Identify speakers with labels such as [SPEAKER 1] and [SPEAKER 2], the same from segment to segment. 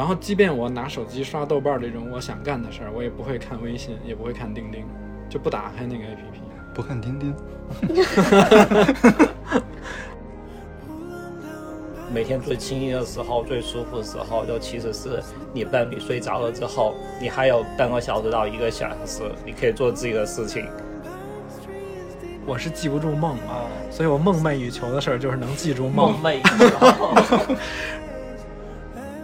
[SPEAKER 1] 然后，即便我拿手机刷豆瓣儿这种我想干的事儿，我也不会看微信，也不会看钉钉，就不打开那个 APP。
[SPEAKER 2] 不看钉钉，
[SPEAKER 3] 每天最轻易的时候、最舒服的时候，就其实是你伴侣睡着了之后，你还有半个小时到一个小时，你可以做自己的事情。
[SPEAKER 1] 我是记不住梦嘛，所以我梦寐以求的事儿就是能记住梦。
[SPEAKER 3] 寐以求。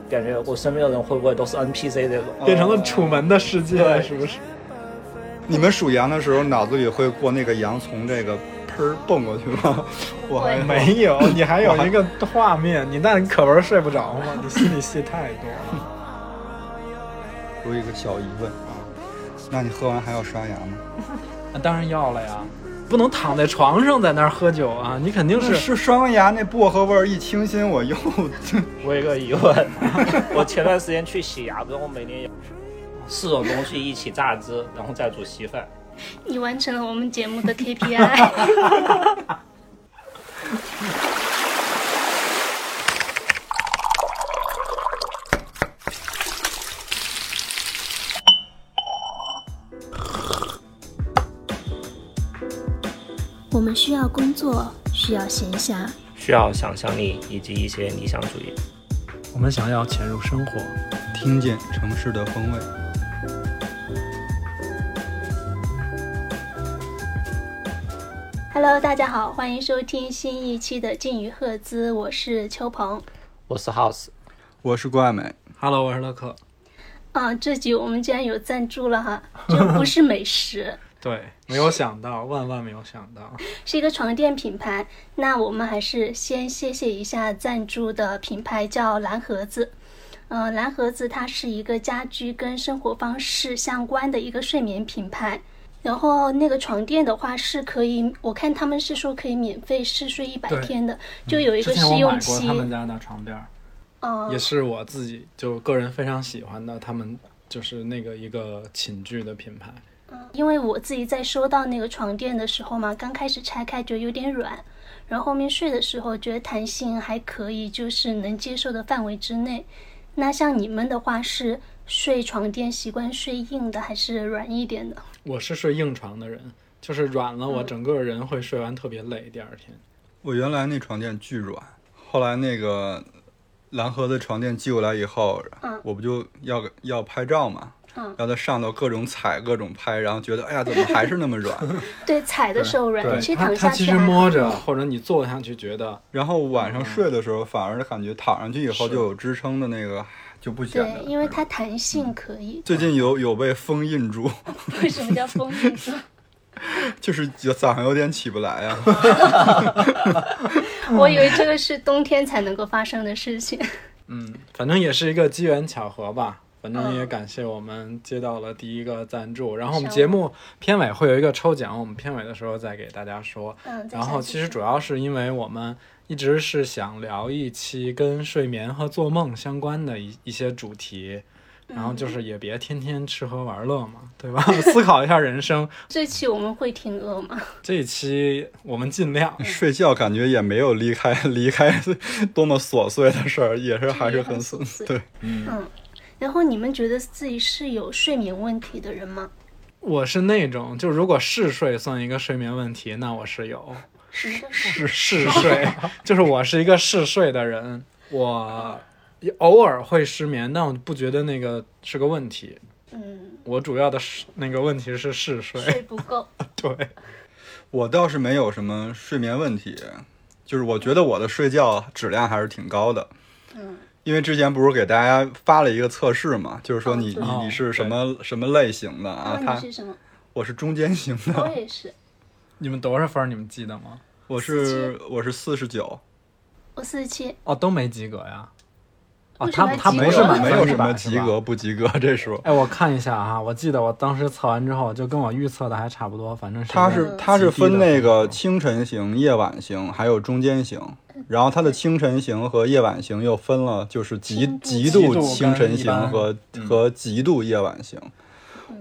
[SPEAKER 3] 感觉我身边的人会不会都是 NPC 这种？
[SPEAKER 1] 变成了楚门的世界，是不是？
[SPEAKER 2] 你们数羊的时候，脑子里会过那个洋葱这个 喷儿蹦过去吗？ 我还
[SPEAKER 1] 没有，你还有一个画面，你那你可不是睡不着吗？ 你心里戏太多 了。
[SPEAKER 2] 有一个小疑问啊，那你喝完还要刷牙吗？
[SPEAKER 1] 那当然要了呀，不能躺在床上在那儿喝酒啊！你肯定
[SPEAKER 2] 是
[SPEAKER 1] 是
[SPEAKER 2] 是双牙那薄荷味儿一清新，我又
[SPEAKER 3] 我有个疑问，我前段时间去洗牙，然后每年有四种东西一起榨汁，然后再煮稀饭。
[SPEAKER 4] 你完成了我们节目的 KPI。
[SPEAKER 5] 我们需要工作，需要闲暇，
[SPEAKER 3] 需要想象力以及一些理想主义。
[SPEAKER 1] 我们想要潜入生活，
[SPEAKER 2] 听见城市的风味。
[SPEAKER 4] Hello，大家好，欢迎收听新一期的《鲸鱼赫兹》，我是秋鹏。
[SPEAKER 3] 我是 House，
[SPEAKER 2] 我是郭爱美，
[SPEAKER 1] Hello，我是乐克。
[SPEAKER 4] 啊，这集我们竟然有赞助了哈，这不是美食，
[SPEAKER 1] 对，没有想到，万万没有想到，
[SPEAKER 4] 是一个床垫品牌。那我们还是先谢谢一下赞助的品牌，叫蓝盒子。呃，蓝盒子它是一个家居跟生活方式相关的一个睡眠品牌。然后那个床垫的话是可以，我看他们是说可以免费试睡一百
[SPEAKER 1] 对嗯
[SPEAKER 4] 天的，就有一
[SPEAKER 1] 之
[SPEAKER 4] 个
[SPEAKER 1] 前
[SPEAKER 4] 试
[SPEAKER 1] 我买
[SPEAKER 4] 用
[SPEAKER 1] 过
[SPEAKER 4] 期
[SPEAKER 1] 他。们家的床垫儿，
[SPEAKER 4] 嗯，
[SPEAKER 1] 也是我自己就个人非常喜欢的，他们就是那个一个寝具的品牌。
[SPEAKER 4] 因为我自己在收到那个床垫的时候嘛，刚开始拆开觉得有点软，然后后面睡的时候觉得弹性还可以，就是能接受的范围之内。那像你们的话是睡床垫习惯睡硬的还是软一点的？
[SPEAKER 1] 我是睡硬床的人，就是软
[SPEAKER 4] 嗯
[SPEAKER 1] 了，我整个人会睡完特别累，第二天。
[SPEAKER 2] 我原来那床垫巨软，后来那个蓝盒子床垫寄过来以后，
[SPEAKER 4] 嗯
[SPEAKER 2] 我不就要个要拍照嘛，
[SPEAKER 4] 嗯
[SPEAKER 2] 然后在上头各种踩各种拍，然后觉得哎呀怎么还是那么软，
[SPEAKER 4] 对，踩的时候软，其实
[SPEAKER 1] 它
[SPEAKER 4] 躺
[SPEAKER 1] 它
[SPEAKER 4] 下
[SPEAKER 1] 其
[SPEAKER 4] 去
[SPEAKER 1] 实
[SPEAKER 4] 还
[SPEAKER 1] 摸着或者你坐下去觉得
[SPEAKER 2] 然后晚上睡的时候反而感觉躺上去以后
[SPEAKER 1] 是
[SPEAKER 2] 就有支撑的那个就不显得
[SPEAKER 4] 对，。因为它弹性可以。
[SPEAKER 2] 最近有有被封印住，
[SPEAKER 4] 为什么叫风印？
[SPEAKER 2] 就是早上有点起不来
[SPEAKER 4] 嗯
[SPEAKER 2] 啊。
[SPEAKER 4] 我以为这个是冬天才能够发生的事 情。
[SPEAKER 1] 嗯，反正也是一个机缘巧合吧。反正
[SPEAKER 4] 嗯
[SPEAKER 1] 也感谢我们接到了第一个赞助，然后我们节目片尾会有一个抽奖，我们片尾的时候再给大家说。
[SPEAKER 4] 嗯，再
[SPEAKER 1] 然后
[SPEAKER 4] 下
[SPEAKER 1] 其
[SPEAKER 4] 去
[SPEAKER 1] 实主要是因为我们一直是想聊一期跟睡眠和做梦相关的一一些主题，然后
[SPEAKER 4] 嗯
[SPEAKER 1] 就是也别天天吃喝玩乐嘛，对吧？ 思考一下人生。
[SPEAKER 4] 这期我们会挺饿吗？
[SPEAKER 1] 这一期我们尽量。
[SPEAKER 2] 睡觉感觉也没有离开 离开多么琐碎的事儿，也是还是很
[SPEAKER 4] 很琐碎
[SPEAKER 2] 对。
[SPEAKER 4] 然后你们觉得自己是有睡眠问题的人吗？
[SPEAKER 1] 我是那种，就如果嗜睡算一个睡眠问题，那我是有。
[SPEAKER 4] 是
[SPEAKER 1] 是嗜睡， 就是我是一个嗜睡的人，我也偶尔会失眠，但我不觉得那个是个问题。
[SPEAKER 4] 嗯，
[SPEAKER 1] 我主要的是那个问题是嗜睡，
[SPEAKER 4] 睡不够。
[SPEAKER 1] 对，
[SPEAKER 2] 我倒是没有什么睡眠问题，就是我觉得我的睡觉质量还是挺高的。
[SPEAKER 4] 嗯，
[SPEAKER 2] 因为之前不是给大家发了一个测试嘛，就是说你、
[SPEAKER 1] 哦
[SPEAKER 2] 你你是什么什么类型的啊？
[SPEAKER 4] 那
[SPEAKER 2] 他
[SPEAKER 4] 哦你是 什么？
[SPEAKER 2] 我是中间型
[SPEAKER 4] 我
[SPEAKER 2] 的，
[SPEAKER 4] 也是，
[SPEAKER 1] 你们多少分儿？你们记得吗？
[SPEAKER 2] 我是我是四十九，
[SPEAKER 4] 我四十七。
[SPEAKER 1] 哦，都没及格呀。啊，
[SPEAKER 4] 为什
[SPEAKER 1] 他
[SPEAKER 4] 么
[SPEAKER 1] 他
[SPEAKER 4] 及
[SPEAKER 1] 不
[SPEAKER 4] 格
[SPEAKER 2] 没
[SPEAKER 1] 是
[SPEAKER 2] 有
[SPEAKER 1] 满
[SPEAKER 2] 没
[SPEAKER 1] 分
[SPEAKER 2] 有什
[SPEAKER 1] 100
[SPEAKER 2] 么及。
[SPEAKER 1] 是吧
[SPEAKER 2] 格不及格这时候。
[SPEAKER 1] 哎，我看一下啊，我记得我当时测完之后，就跟我预测的还差不多，反正是
[SPEAKER 2] 它
[SPEAKER 1] 在
[SPEAKER 2] 是
[SPEAKER 4] 嗯
[SPEAKER 2] 它是
[SPEAKER 1] 极低的
[SPEAKER 2] 分那个
[SPEAKER 1] 分数
[SPEAKER 2] 清晨型、夜晚型，还有中间型。然后它的清晨型和夜晚型又分了，就是极极
[SPEAKER 4] 轻
[SPEAKER 1] 度
[SPEAKER 2] 度清晨
[SPEAKER 1] 极度跟一般
[SPEAKER 2] 型和
[SPEAKER 1] 嗯
[SPEAKER 2] 和极度夜晚型。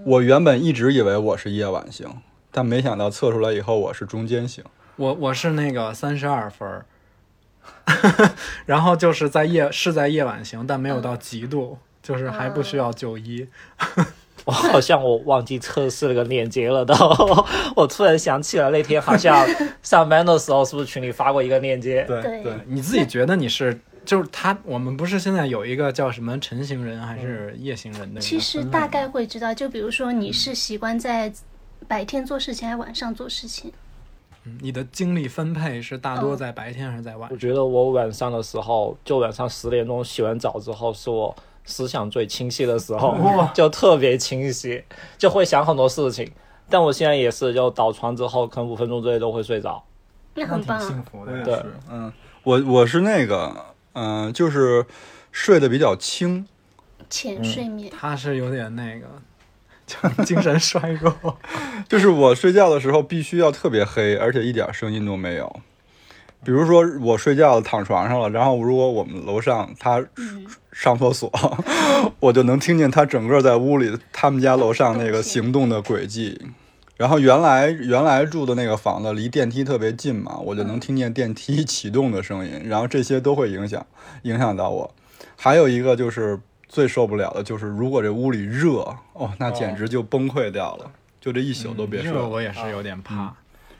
[SPEAKER 2] 我原本一直以为我是夜晚型，但没想到测出来以后我是中间型。
[SPEAKER 1] 我我是那个三十二分儿， 然后就是在夜是在夜晚行，但没有到极度，就是还不需要就医。
[SPEAKER 3] 我好像我忘记测试了个链接了，然后 我突然想起了那天好像上班的时候是不是群里发过一个链接？
[SPEAKER 2] 对
[SPEAKER 4] 对
[SPEAKER 2] 对，
[SPEAKER 1] 你自己觉得你是就是他，我们不是现在有一个叫什么晨行人还是夜行人啊的一个分类吗？
[SPEAKER 4] 其实大概会知道，就比如说你是习惯在白天做事情还是晚上做事情？
[SPEAKER 1] 嗯你的精力分配是大多
[SPEAKER 4] 嗯
[SPEAKER 1] 在白天还是在晚
[SPEAKER 3] 我
[SPEAKER 1] 上？
[SPEAKER 3] 觉得我晚上的时候，就晚上十点钟洗完澡之后，是我思想最清晰的时候，就特别清晰，就会想很多事情。但我现在也是，就倒床之后，可能五分钟之内都会睡着。
[SPEAKER 4] 那
[SPEAKER 1] 那
[SPEAKER 4] 很
[SPEAKER 1] 挺
[SPEAKER 4] 棒
[SPEAKER 1] 幸
[SPEAKER 4] 啊！
[SPEAKER 1] 福
[SPEAKER 2] 我也
[SPEAKER 1] 的。
[SPEAKER 3] 对
[SPEAKER 2] 是，嗯，我我是那个，嗯、就是睡得比较轻，
[SPEAKER 1] 嗯
[SPEAKER 4] 浅睡眠，
[SPEAKER 1] 他是有点那个，就精神衰弱。
[SPEAKER 2] 就是我睡觉的时候必须要特别黑，而且一点声音都没有。比如说我睡觉躺床上了，然后如果我们楼上他上厕所， 我就能听见他整个在屋里他们家楼上那个行动的轨迹。然后原来原来住的那个房子离电梯特别近嘛，我就能听见电梯 启动的声音，然后这些都会影响影响到我。还有一个就是最受不了的就是，如果这屋里热哦，那简直就崩溃掉了，就这一宿都别睡啊
[SPEAKER 1] 这个
[SPEAKER 2] 了。
[SPEAKER 1] 我也是有点怕。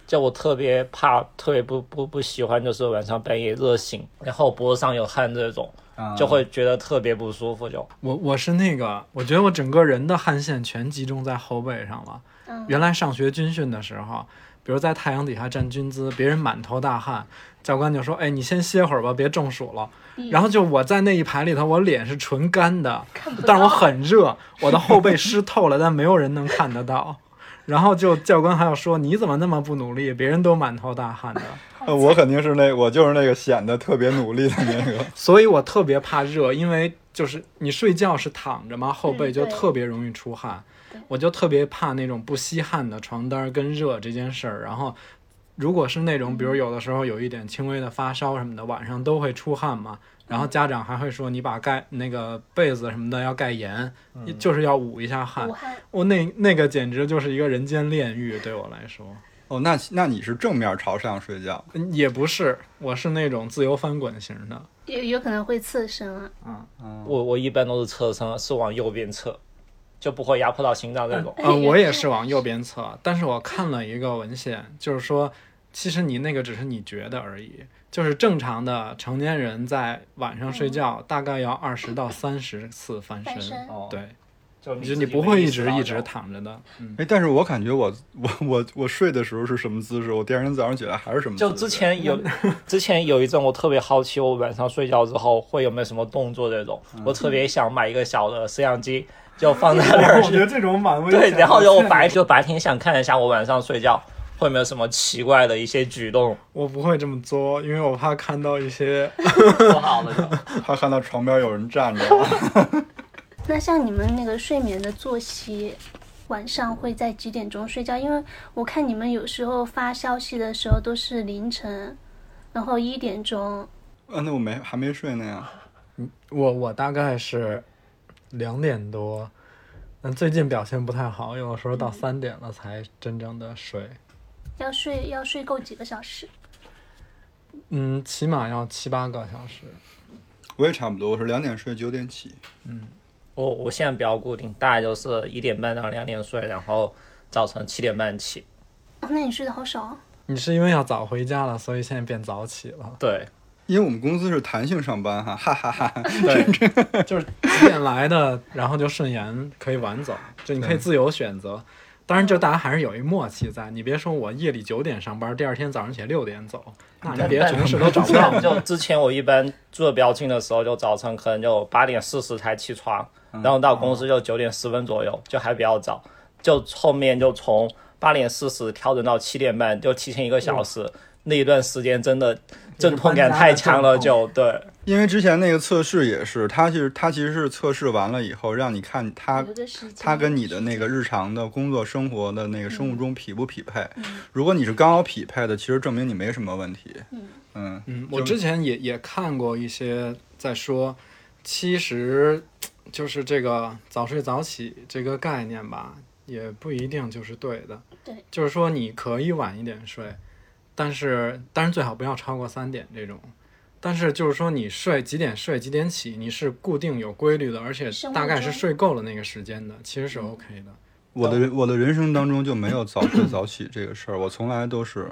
[SPEAKER 3] 就我特别怕，特别不不不喜欢，就是晚上半夜热醒，然后脖子上有汗这种，
[SPEAKER 2] 啊呃
[SPEAKER 3] 就会觉得特别不舒服就。
[SPEAKER 1] 我我是那个，我觉得我整个人的汗腺全集中在后背上了。原来上学军训的时候，比如在太阳底下站军姿，别人满头大汗，教官就说：“哎，你先歇会儿吧，别中暑了。”然后就我在那一排里头，我脸是纯干的，但是我很热，我的后背湿透了，但没有人能看得到。然后就教官还要说：“你怎么那么不努力？别人都满头大汗的。”
[SPEAKER 2] 呃我肯定是那，我就是那个显得特别努力的那个。
[SPEAKER 1] 所以我特别怕热，因为就是你睡觉是躺着嘛，后背就
[SPEAKER 4] 对
[SPEAKER 1] 特别容易出汗，我就特别怕那种不吸汗的床单跟热这件事儿。然后，如果是那种比如有的时候有一点轻微的发烧什么的，晚上都会出汗嘛。然后家长还会说你把盖那个被子什么的要盖严，就是要捂一下汗
[SPEAKER 4] 武。汉
[SPEAKER 1] 我、那那个简直就是一个人间炼狱，对我来说
[SPEAKER 2] 哦，那那你是正面朝上睡觉，
[SPEAKER 1] 嗯也不是，我是那种自由翻滚型的。
[SPEAKER 4] 有有可能会刺身啊。
[SPEAKER 3] 我我一般都是侧身，是往右边侧，就不会压迫到心脏这种。
[SPEAKER 1] 呃，我也是往右边侧，但是我看了一个文献，就是说，其实你那个只是你觉得而已，就是正常的成年人在晚上睡觉大概要二十到三十次翻
[SPEAKER 4] 翻
[SPEAKER 1] 身
[SPEAKER 4] 身，
[SPEAKER 3] 哦，
[SPEAKER 1] 对，
[SPEAKER 3] 就
[SPEAKER 1] 就
[SPEAKER 3] 你
[SPEAKER 1] 你不会一直一直躺着的。嗯
[SPEAKER 2] 哎，但是我感觉我我我我睡的时候是什么姿势，我第二天早上起来还是什么姿
[SPEAKER 3] 就
[SPEAKER 2] 势。
[SPEAKER 3] 之 前有，之前有一阵我特别好奇，我晚上睡觉之后会有没有什么动作这种，我特别想买一个小的摄像机，就放在那 儿去。
[SPEAKER 1] 这种蛮危
[SPEAKER 3] 对，然后就我白就白天想看一下我晚上睡觉会有没有什么奇怪的一些举动，
[SPEAKER 1] 我不会这么作，因为我怕看到一些
[SPEAKER 3] 不好了就。
[SPEAKER 2] 他看到床边有人站着，
[SPEAKER 4] 那像你们那个睡眠的作息，晚上会在几点钟睡觉？因为我看你们有时候发消息的时候都是凌晨，然后一点钟。
[SPEAKER 2] 啊，那我没还没睡呢呀。
[SPEAKER 1] 我我大概是两点多，但最近表现不太好，有的时候到三点了才真正的睡。
[SPEAKER 4] 要睡要睡够几个小时，
[SPEAKER 1] 嗯，起码要七八个小时。
[SPEAKER 2] 我也差不多，我是两点睡，九点起。
[SPEAKER 3] 我我现在比较固定，大概就是一点半到两点睡，然后早晨七点半起。，
[SPEAKER 4] 哦那你睡得好少啊。
[SPEAKER 1] 你是因为要早回家了，所以现在变早起了
[SPEAKER 3] 对，
[SPEAKER 2] 因为我们公司是弹性上班哈，哈哈哈哈。
[SPEAKER 1] 就是几点来的，然后就顺延可以晚走，就你可以自由选择。当然，就大家还是有一默契在，你别说我夜里九点上班，第二天早上起来六点走，那你别同事都 找不到
[SPEAKER 3] 但。就之前我一般住的比较近的时候，就早晨可能就八点四十才起床，
[SPEAKER 1] 嗯
[SPEAKER 3] 然后到公司就九点十分左右，就还比较早。就后面就从八点四十调整到七点半，就提前一个小时。
[SPEAKER 1] 嗯
[SPEAKER 3] 那一段时间真的阵痛感太强了，就对
[SPEAKER 2] 因为之前那个测试也是，它是它其实是测试完了以后，让你看它
[SPEAKER 4] 有一个时间
[SPEAKER 2] 它跟你的那个日常的工作生活的那个生物钟匹不匹配。如果你是刚好匹配的，其实证明你没什么问题。嗯
[SPEAKER 1] 嗯，我之前也也看过一些在说，其实就是这个早睡早起这个概念吧，也不一定就是对的。
[SPEAKER 4] 对，
[SPEAKER 1] 就是说你可以晚一点睡，但是当然最好不要超过三点这种。但是就是说你睡几点睡几点起，你是固定有规律的，而且
[SPEAKER 4] 生物嗯
[SPEAKER 1] 大概
[SPEAKER 4] 钟
[SPEAKER 1] 是睡够了那个时间的，其实是 OK 的。
[SPEAKER 2] 我的人我的人生当中就没有早睡早起这个事儿，我从来都是，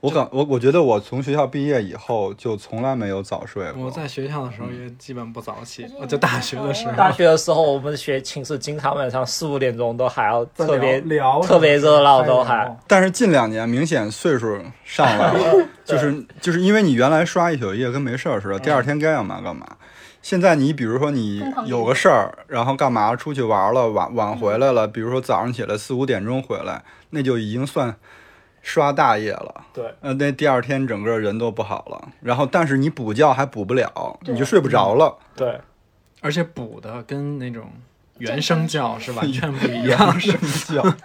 [SPEAKER 2] 我感我我觉得我从学校毕业以后就从来没有早睡过。
[SPEAKER 1] 我在学校的时候也基本不早起
[SPEAKER 4] 可是，
[SPEAKER 1] 我
[SPEAKER 4] 你
[SPEAKER 1] 就
[SPEAKER 4] 们
[SPEAKER 1] 大
[SPEAKER 4] 那
[SPEAKER 1] 学
[SPEAKER 4] 时候
[SPEAKER 1] 的时
[SPEAKER 4] 啊
[SPEAKER 1] 候
[SPEAKER 3] 大学的时候，我们学寝室经常晚上四五点钟都还要
[SPEAKER 1] 在
[SPEAKER 3] 特别
[SPEAKER 1] 聊
[SPEAKER 3] 特别热闹，都
[SPEAKER 1] 还
[SPEAKER 3] 还
[SPEAKER 1] 聊
[SPEAKER 2] 但是近两年明显岁数上来了，就是就是因为你原来刷一宿夜跟没事儿似的，第二天该干嘛干嘛。现在你比如说你
[SPEAKER 4] 疯狂
[SPEAKER 2] 有
[SPEAKER 4] 运
[SPEAKER 2] 个
[SPEAKER 4] 动
[SPEAKER 2] 事儿，然后干嘛出去玩了，晚晚回来了，比如说早上起来四五点钟回来，那就已经算刷大夜了。
[SPEAKER 3] 对，
[SPEAKER 2] 呃，那第二天整个人都不好了。然后但是你补觉还补不了，
[SPEAKER 4] 对
[SPEAKER 2] 你就睡不着了。
[SPEAKER 3] 对，
[SPEAKER 1] 而且补的跟那种原
[SPEAKER 4] 正
[SPEAKER 1] 生
[SPEAKER 4] 常
[SPEAKER 1] 教是
[SPEAKER 4] 睡
[SPEAKER 1] 完全不一样的。
[SPEAKER 2] 觉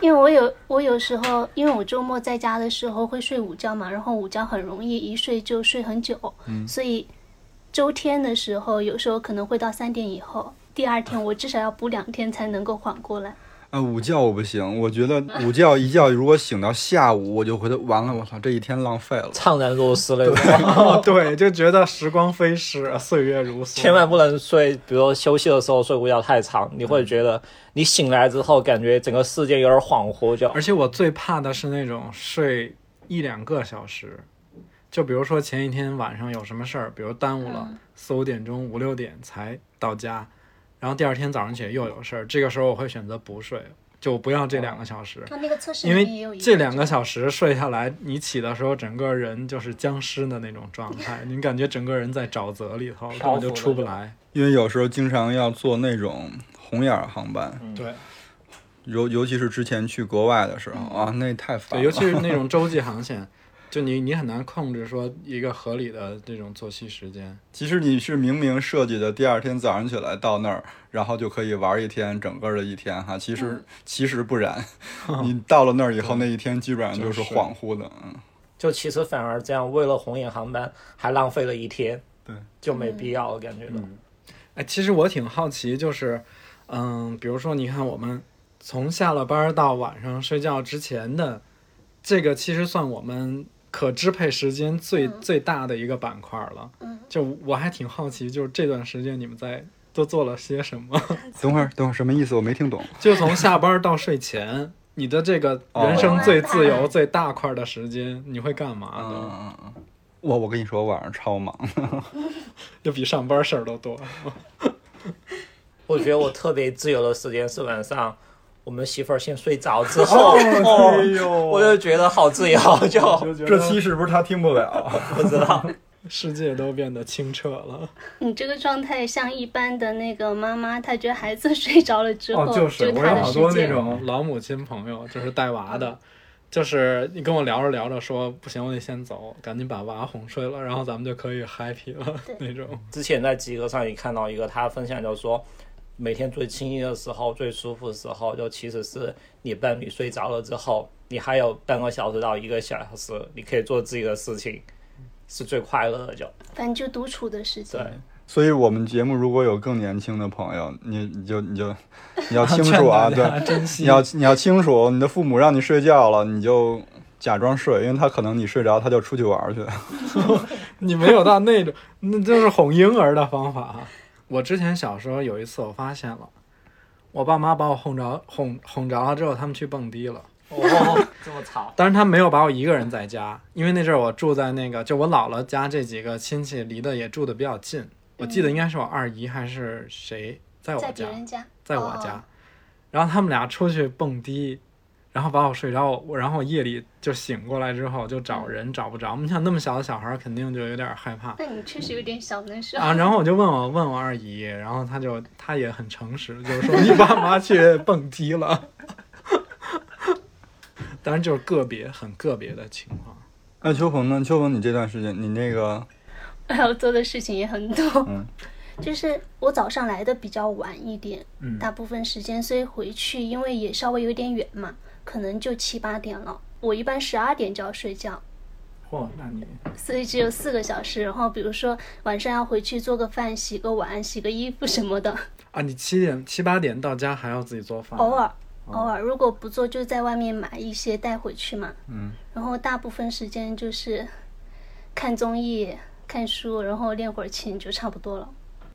[SPEAKER 4] 因为我有我有时候，因为我周末在家的时候会睡午觉嘛，然后午觉很容易一睡就睡很久，
[SPEAKER 1] 嗯
[SPEAKER 4] 所以周天的时候有时候可能会到三点以后，第二天我至少要补两天才能够缓过来。
[SPEAKER 2] 啊，午觉我不行，我觉得午觉一觉如果醒到下午，我就回头完了，我操，这一天浪费了。
[SPEAKER 3] 怅然若失那种。
[SPEAKER 1] 哦， 对，就觉得时光飞逝，岁月如梭。
[SPEAKER 3] 千万不能睡，比如说休息的时候睡午觉太长，你会觉得你醒来之后感觉整个世界有点恍惚，就
[SPEAKER 1] 而且我最怕的是那种睡一两个小时，就比如说前一天晚上有什么事儿，比如耽误了四五点钟、五六点才到家，然后第二天早上起来又有事儿，这个时候我会选择不睡，就不要这两个小时，
[SPEAKER 4] 那那个测试
[SPEAKER 1] 因为这两个小时睡下来，你起的时候整个人就是僵尸的那种状态，你感觉整个人在沼泽里头，根本就出不来。
[SPEAKER 2] 因为有时候经常要坐那种红眼儿航班，
[SPEAKER 1] 对
[SPEAKER 2] 尤尤其是之前去国外的时候啊，那太
[SPEAKER 1] 对，
[SPEAKER 2] 烦了。
[SPEAKER 1] 尤其是那种洲际航线，就你你很难控制说一个合理的这种作息时间。
[SPEAKER 2] 其实你是明明设计的第二天早上起来到那儿，然后就可以玩一天，整个的一天哈。其实、其实不 然，你到了那儿以后，那一天基本上就是
[SPEAKER 1] 就是
[SPEAKER 2] 恍惚的。嗯，
[SPEAKER 3] 就其实反而这样，为了红眼航班还浪费了一天，
[SPEAKER 2] 对，
[SPEAKER 3] 就没必要了，感觉到。
[SPEAKER 1] 哎，其实我挺好奇，就是，嗯，比如说，你看我们从下了班儿到晚上睡觉之前的，这个其实算我们可支配时间最、最大的一个板块了。
[SPEAKER 4] 嗯，
[SPEAKER 1] 就我还挺好奇，就是这段时间你们在都做了些什么？
[SPEAKER 2] 嗯等会儿等会儿什么意思？我没听懂。
[SPEAKER 1] 就从下班儿到睡前，你的这个人生最自由、最大块儿的时间，你会干嘛的？
[SPEAKER 2] 嗯嗯嗯，我我跟你说，我晚上超忙。
[SPEAKER 1] 就比上班事儿都多。
[SPEAKER 3] 我觉得我特别自由的时间是晚上，我们媳妇儿先睡着之后，
[SPEAKER 1] 哎
[SPEAKER 3] 哦我就觉得好自由，就
[SPEAKER 2] 这期是不是他听不了？
[SPEAKER 3] 不知道。
[SPEAKER 1] 世界都变得清澈了。
[SPEAKER 4] 你这个状态像一般的那个妈妈，她觉得孩子睡着了之后，
[SPEAKER 1] 哦，就是我
[SPEAKER 4] 她
[SPEAKER 1] 有
[SPEAKER 4] 的
[SPEAKER 1] 好
[SPEAKER 4] 世
[SPEAKER 1] 多那
[SPEAKER 4] 界。
[SPEAKER 1] 种老母亲朋友，就是带娃的，就是你跟我聊着聊着说不行，我得先走，赶紧把娃哄睡了，然后咱们就可以 happy 了那种。
[SPEAKER 3] 之前在极客上也看到一个他分享，就是说每天最轻盈的时候、最舒服的时候，就其实是你伴侣睡着了之后，你还有半个小时到一个小时，你可以做自己的事情，是最快乐的就。
[SPEAKER 4] 反正就独处的时间
[SPEAKER 3] 对。
[SPEAKER 2] 所以我们节目如果有更年轻的朋友，你你就你就 你要清楚啊，
[SPEAKER 1] 劝大家
[SPEAKER 2] 对，
[SPEAKER 1] 珍惜
[SPEAKER 2] 你要你要清楚，你的父母让你睡觉了，你就假装睡，因为他可能你睡着，他就出去玩儿去。
[SPEAKER 1] 你没有到那种， 那就是哄婴儿的方法。我之前小时候有一次，我发现了，我爸妈把我哄着，哄哄着了之后，他们去蹦迪了。
[SPEAKER 3] 哦，这么吵，
[SPEAKER 1] 当然，他没有把我一个人在家，因为那阵儿我住在那个，就我姥姥家这几个亲戚离得也住的比较近。我记得应该是我二姨还是谁在我
[SPEAKER 4] 在别
[SPEAKER 1] 家，
[SPEAKER 4] 人家，
[SPEAKER 1] 在我家，
[SPEAKER 4] 哦
[SPEAKER 1] 然后他们俩出去蹦迪，然后把我睡着，我然后我夜里就醒过来之后就找人找不着。你想那么小的小孩儿肯定就有点害怕
[SPEAKER 4] 那你确实有点小那时候。
[SPEAKER 1] 啊。然后我就问我问我二姨，然后她就她也很诚实，就是说你爸妈去蹦迪了。 当然就是个别很个别的情况。
[SPEAKER 2] 那秋鹏呢？秋鹏，你这段时间你那个
[SPEAKER 4] 我要做的事情也很多。
[SPEAKER 1] 嗯
[SPEAKER 4] 就是我早上来的比较晚一点，
[SPEAKER 1] 嗯
[SPEAKER 4] 大部分时间，所以回去因为也稍微有点远嘛，可能就七八点了。我一般十二点就要睡觉，
[SPEAKER 1] 嚯，那你
[SPEAKER 4] 所以只有四个小时。然后比如说晚上要回去做个饭、洗个碗、洗个衣服什么的，
[SPEAKER 1] 啊，你七点七八点到家还要自己做饭，
[SPEAKER 4] 偶尔偶尔如果不做，就在外面买一些带回去嘛。嗯。然后大部分时间就是看综艺、看书，然后练会儿琴就差不多了。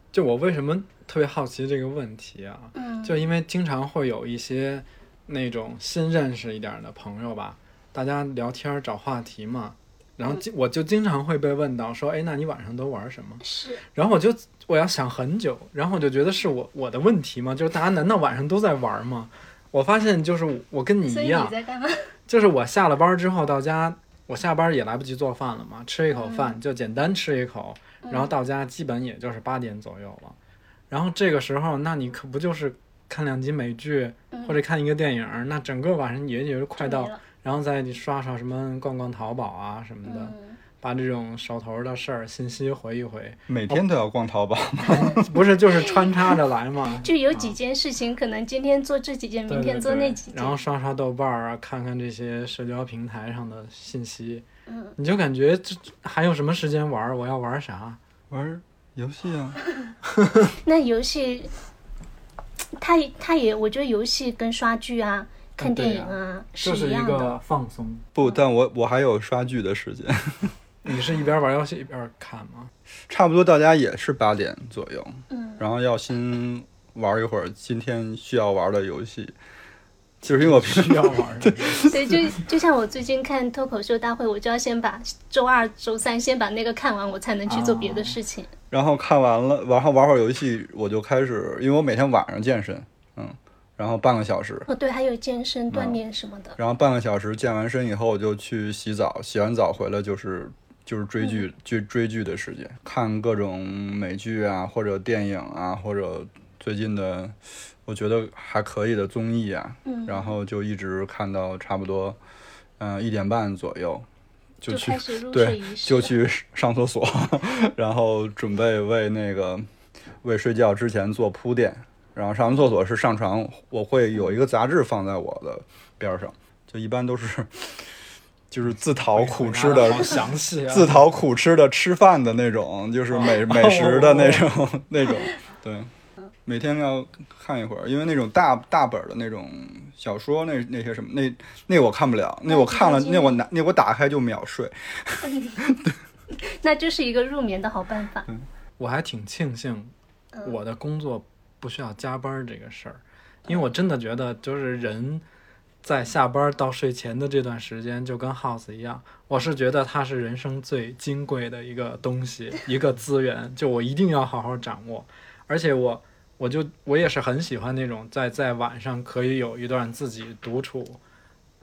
[SPEAKER 1] 就我为什么特别好奇这个问题啊？
[SPEAKER 4] 嗯
[SPEAKER 1] 就因为经常会有一些那种新认识一点儿的朋友吧，大家聊天儿找话题嘛，然后
[SPEAKER 4] 嗯
[SPEAKER 1] 经我就经常会被问到说，哎，那你晚上都玩儿什么？
[SPEAKER 4] 是，
[SPEAKER 1] 然后我就我要想很久，然后我就觉得是我我的问题吗？就是大家难道晚上都在玩儿吗？我发现就是我跟你
[SPEAKER 4] 所
[SPEAKER 1] 一
[SPEAKER 4] 以
[SPEAKER 1] 样
[SPEAKER 4] 你，在干嘛？
[SPEAKER 1] 就是我下了班之后到家，我下班也来不及做饭了嘛，吃一口饭、
[SPEAKER 4] 嗯
[SPEAKER 1] 就简单吃一口，然后到家基本也就是八点左右了。然后这个时候，那你可不就是看两集美剧、
[SPEAKER 4] 嗯
[SPEAKER 1] 或者看一个电影儿，那整个晚上也也就快
[SPEAKER 4] 就
[SPEAKER 1] 到
[SPEAKER 4] 嗯没了，
[SPEAKER 1] 然后再刷刷什么逛逛淘宝啊什么的，
[SPEAKER 4] 嗯，。
[SPEAKER 1] 把这种手头的事儿信息回一回，
[SPEAKER 2] 每天都要逛淘宝，
[SPEAKER 1] 不是就是穿插着来嘛
[SPEAKER 4] 就有几件事情，可能今天做这几件，
[SPEAKER 1] 对
[SPEAKER 4] 明
[SPEAKER 1] 对
[SPEAKER 4] 天做
[SPEAKER 1] 对
[SPEAKER 4] 那几件。
[SPEAKER 1] 然后刷刷豆瓣儿啊，看看这些社交平台上的信息，
[SPEAKER 4] 嗯，
[SPEAKER 1] 你就感觉这这还有什么时间玩儿？我要玩儿啥？
[SPEAKER 2] 玩游戏啊，
[SPEAKER 4] 那游戏，它也它也，我觉得游戏跟刷剧
[SPEAKER 1] 嗯
[SPEAKER 4] 啊、看电影啊、
[SPEAKER 1] 这
[SPEAKER 4] 一
[SPEAKER 1] 一
[SPEAKER 4] 样的。
[SPEAKER 1] 个放松。
[SPEAKER 2] 不，但我我还有刷剧的时间，
[SPEAKER 1] 你是一边玩游戏一边看吗？
[SPEAKER 2] 差不多到家也是八点左右，
[SPEAKER 4] 嗯，
[SPEAKER 2] 然后要先玩一会儿今天需要玩的游戏，就是因为我平
[SPEAKER 1] 需要玩儿是吗。
[SPEAKER 4] 对，就就像我最近看脱口秀大会，我就要先把周二、周三先把那个看完，我才能去做别的事情。
[SPEAKER 1] 嗯
[SPEAKER 2] 然后看完了，然后玩会儿游戏，我就开始，因为我每天晚上健身，嗯，然后半个小时，
[SPEAKER 4] 哦，对，还有健身、锻炼什么的。
[SPEAKER 2] 然后半个小时健完身以后，我就去洗澡，洗完澡回来就是就是追
[SPEAKER 4] 嗯
[SPEAKER 2] 剧，追追剧的时间，看各种美剧啊，或者电影啊，或者最近的我觉得还可以的综艺啊，
[SPEAKER 4] 嗯，
[SPEAKER 2] 然后就一直看到差不多，嗯、一点半左右，就
[SPEAKER 4] 就
[SPEAKER 2] 去
[SPEAKER 4] 开始入
[SPEAKER 2] 对
[SPEAKER 4] 睡仪式。
[SPEAKER 2] 就去上厕所， 然后准备为那个为睡觉之前做铺垫。然后上完厕所是上床，我会有一个杂志放在我的边儿上，就一般都是 就是自讨 苦吃的
[SPEAKER 1] 好详细啊！
[SPEAKER 2] 自讨苦吃的吃饭的那种，就是美美食的那种 那种，对，每天要看一会儿，因为那种大大本儿的那种小说，那那些什么，那那我看不了，那我看了，那我拿那我打开就秒睡，
[SPEAKER 4] 那就是一个入眠的好办法。
[SPEAKER 1] 我还挺庆幸我的工作不需要加班儿这个事儿，因为我真的觉得就是人在下班儿到睡前的这段时间，就跟 House 一样，我是觉得它是人生最金贵的一个东西，一个资源，就我一定要好好掌握。而且我我就我也是很喜欢那种在在晚上可以有一段自己独处，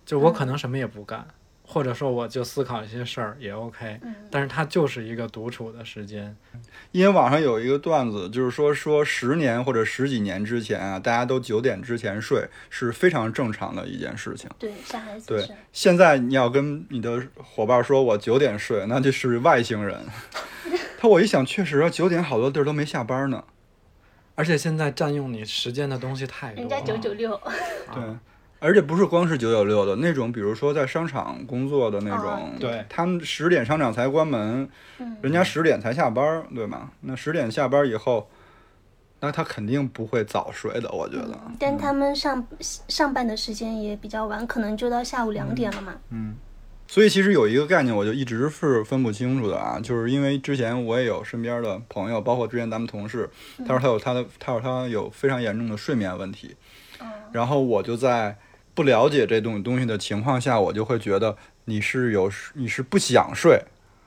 [SPEAKER 1] 就我可能什么也不干，或者说我就思考一些事儿也 OK，、但
[SPEAKER 4] 嗯
[SPEAKER 1] 是它就是一个独处的时间。
[SPEAKER 2] 因为网上有一个段子，就是说说十年或者十几年之前啊，大家都九点之前睡是非常正常的一件事情。
[SPEAKER 4] 对，小孩子
[SPEAKER 2] 对
[SPEAKER 4] 是。，
[SPEAKER 2] 现在你要跟你的伙伴说，我九点睡，那就是外星人。 他我一想，确实啊，九点好多地儿都没下班呢。
[SPEAKER 1] 而且现在占用你时间的东西太多
[SPEAKER 4] 人
[SPEAKER 1] 了。
[SPEAKER 4] 家九九六，
[SPEAKER 2] 对，而且不是光是九九六的那种，比如说在商场工作的那
[SPEAKER 4] 哦
[SPEAKER 2] 种，
[SPEAKER 1] 对
[SPEAKER 2] 他们十点商场才关门，
[SPEAKER 4] 嗯
[SPEAKER 2] 人家十点才下班儿，对吗？那十点下班儿以后，那他肯定不会早睡的，我觉得。
[SPEAKER 4] 但他们上上班的时间也比较晚，可能就到下午两点了嘛。
[SPEAKER 2] 所以其实有一个概念，我就一直是分不清楚的啊，就是因为之前我也有身边的朋友，包括之前咱们同事，他说他有他的，他说他有非常严重的睡眠问题，然后我就在不了解这种东西的情况下，我就会觉得你是有你是不想睡。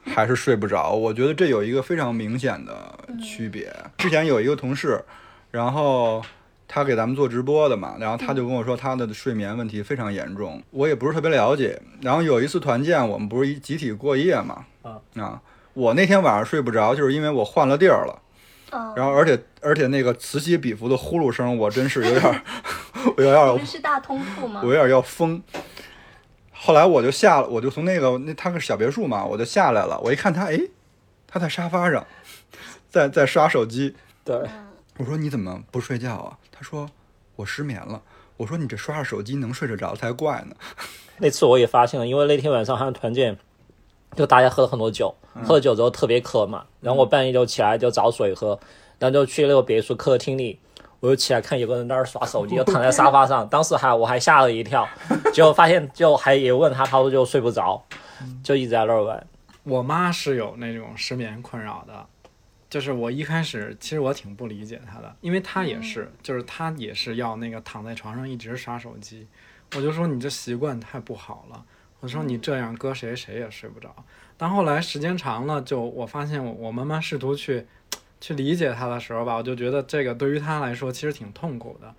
[SPEAKER 2] 还是睡不着，我觉得这有一个非常明显的区别。之前有一个同事，然后他给咱们做直播的嘛，然后他就跟我说他的睡眠问题非常严重，我也不是特别了解。然后有一次团建，我们不是一集体过夜嘛，
[SPEAKER 3] 啊
[SPEAKER 2] 我那天晚上睡不着，就是因为我换了地儿了，
[SPEAKER 4] 哦，
[SPEAKER 2] 然后而且而且那个此起彼伏的呼噜声，我真是有点儿， 我有点儿
[SPEAKER 4] 你们哦是大通铺吗
[SPEAKER 2] 我？有点要疯。后来我就下了，我就从那个那他个小别墅嘛，我就下来了。我一看他，哎，他在沙发上，在在刷手机。
[SPEAKER 3] 对，
[SPEAKER 2] 我说你怎么不睡觉啊？他说我失眠了。我说你这刷着手机能睡得着才怪呢。
[SPEAKER 3] 那次我也发现了，因为那天晚上好像团建，就大家喝了很多酒，
[SPEAKER 1] 嗯
[SPEAKER 3] 喝了酒之后特别渴嘛，然后我半夜就起来就找水喝，然后就去那个别墅客厅里，我就起来看有个人在那儿耍手机，就躺在沙发上，当时还我还吓了
[SPEAKER 1] 嗯
[SPEAKER 3] 一跳，结果发现就还也问他，他说就睡不着，就一直在那儿玩。
[SPEAKER 1] 我妈是有那种失眠困扰的，就是我一开始其实我挺不理解她的，因为她也是，就是她也是要那个躺在床上一直刷手机，我就说你这习惯太不好了，我说你这样搁谁谁也睡不着。但后来时间长了，就我发现我我慢慢试图去去理解她的时候吧，我就觉得这个对于她来说其实挺痛苦的。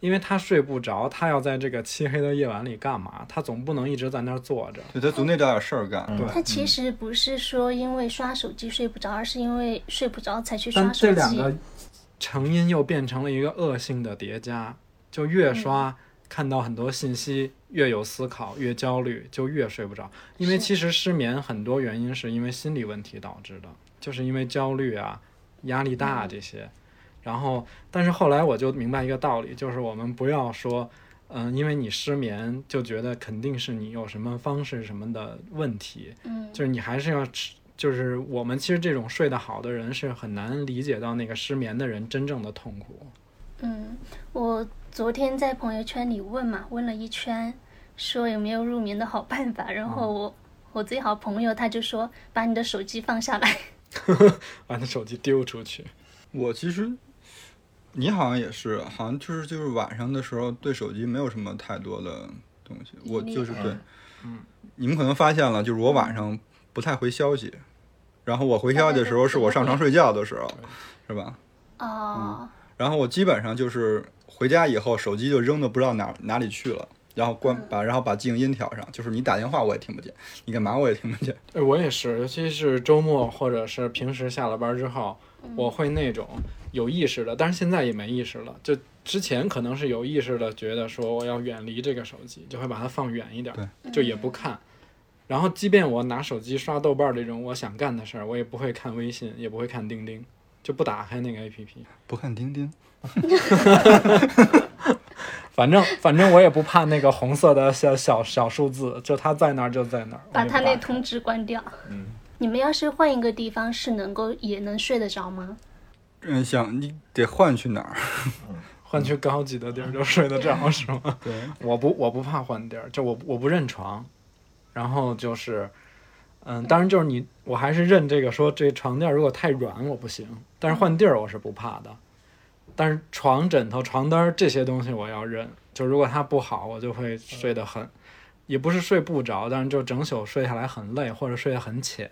[SPEAKER 1] 因为她睡不着，她要在这个漆黑的夜晚里干嘛？她总不能一直在那儿坐着。
[SPEAKER 2] 对他总得找点事儿干。
[SPEAKER 1] 对
[SPEAKER 4] 他其实不是说因为刷手机睡不着，而是因为睡不着才去刷
[SPEAKER 1] 但
[SPEAKER 4] 手
[SPEAKER 1] 这
[SPEAKER 4] 机。
[SPEAKER 1] 两个成因又变成了一个恶性的叠加，就越刷、看到很多信息，越有思考，越焦虑，就越睡不着。因为其实失眠很多原因是因为心理问题导致的，就是因为焦虑啊、压力大这些。然后，但是后来我就明白一个道理，就是我们不要说。嗯，因为你失眠，就觉得肯定是你有什么方式什么的问题，
[SPEAKER 4] 嗯，
[SPEAKER 1] 就是你还是要吃，就是我们其实这种睡得好的人是很难理解到那个失眠的人真正的痛苦。
[SPEAKER 4] 嗯，我昨天在朋友圈里问嘛，问了一圈，说有没有入眠的好办法。然
[SPEAKER 1] 嗯
[SPEAKER 4] 后我、我最好朋友他就说，把你的手机放下来。
[SPEAKER 1] 把你手机丢出去，
[SPEAKER 2] 我其实，你好像也是，好像就是就是晚上的时候对手机没有什么太多的东西，我
[SPEAKER 4] 依恋
[SPEAKER 2] 就是对，嗯，你们可能发现了，就是我晚上不太回消息，然后我回消息的时候是我上床睡觉的时候，是吧？
[SPEAKER 1] 嗯
[SPEAKER 4] 哦，
[SPEAKER 2] 然后我基本上就是回家以后手机就扔的不知道哪哪里去了。然后关把，然后把静音调上，就是你打电话我也听不见，你干嘛我也听不见。
[SPEAKER 1] 哎，我也是，尤其是周末或者是平时下了班之后，我会那种有意识的，但是现在也没意识了。就之前可能是有意识的，觉得说我要远离这个手机，就会把它放远一点，就也不看。然后，即便我拿手机刷豆瓣儿这种我想干的事儿，我也不会看微信，也不会看钉钉，就不打开那个 APP。
[SPEAKER 2] 不看钉钉，
[SPEAKER 1] 反正反正我也不怕那个红色的小小小数字，就它在那儿就在那儿。
[SPEAKER 4] 把
[SPEAKER 1] 我也不
[SPEAKER 4] 他那
[SPEAKER 1] 怕
[SPEAKER 4] 通知关掉。嗯，你们要是换一个地方，是能够也能睡得着吗？
[SPEAKER 2] 嗯，想你得换去哪儿？
[SPEAKER 1] 换去高级的地儿就睡得着是吗？ 对，我不我不怕换地儿，就我我不认床，然后就是，嗯，当然就是你，我还是认这个说这床垫儿如果太软我不行，但是换地儿我是不怕的，但是床枕头床单儿这些东西我要认，就如果它不好我就会睡得很，也不是睡不着，但是就整宿睡下来很累或者睡得很浅。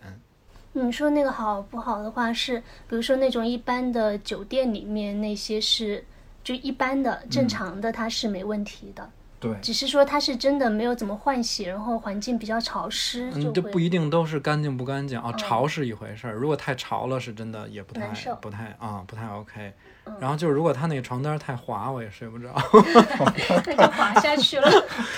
[SPEAKER 4] 你说那个好不好的话是，比如说那种一般的酒店里面那些是，就一般的
[SPEAKER 1] 嗯
[SPEAKER 4] 正常的，它是没问题的。
[SPEAKER 1] 对
[SPEAKER 4] 只是说它是真的没有怎么换洗，然后环境比较潮湿，
[SPEAKER 1] 嗯，
[SPEAKER 4] 就
[SPEAKER 1] 这
[SPEAKER 4] 会嗯
[SPEAKER 1] 不一定都是干净不干净啊，潮是一回事儿，如果太潮了，是真的也不太
[SPEAKER 4] 难受嗯
[SPEAKER 1] 不太啊、不太 OK。然后就是如果他那个床单儿太滑，我也睡不 着，
[SPEAKER 4] 那就滑下去了。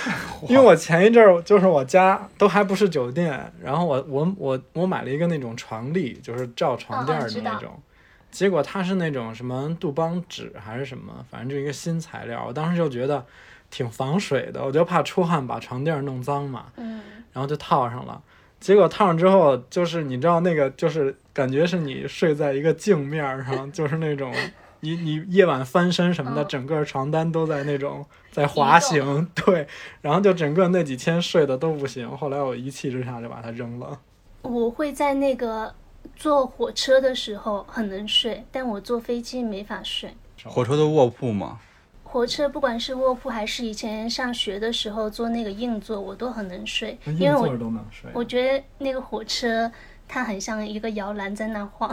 [SPEAKER 1] 因为我前一阵儿就是我家都还不是酒店，然后我我我我买了一个那种床笠，就是罩床垫
[SPEAKER 4] 哦
[SPEAKER 1] 儿
[SPEAKER 4] 我知
[SPEAKER 1] 的那
[SPEAKER 4] 道
[SPEAKER 1] 种。结果它是那种什么杜邦纸还是什么，反正就一个新材料。我当时就觉得挺防水的，我就怕出汗把床垫儿弄脏嘛。
[SPEAKER 4] 嗯，
[SPEAKER 1] 然后就套上了。结果套上之后，就是你知道那个，就是感觉是你睡在一个镜面儿上，就是那种你你夜晚翻身什么的，
[SPEAKER 4] 嗯
[SPEAKER 1] 整个床单都在那种在滑行， 对，然后就整个那几天睡的都不行。后来我一气之下就把它扔了。
[SPEAKER 4] 我会在那个坐火车的时候很能睡，但我坐飞机没法睡。
[SPEAKER 2] 火车的卧铺吗？
[SPEAKER 4] 火车不管是卧铺还是以前上学的时候坐那个硬座，我都很能睡，因为我
[SPEAKER 1] 都能睡
[SPEAKER 4] 我觉得那个火车它很像一个摇篮在那晃。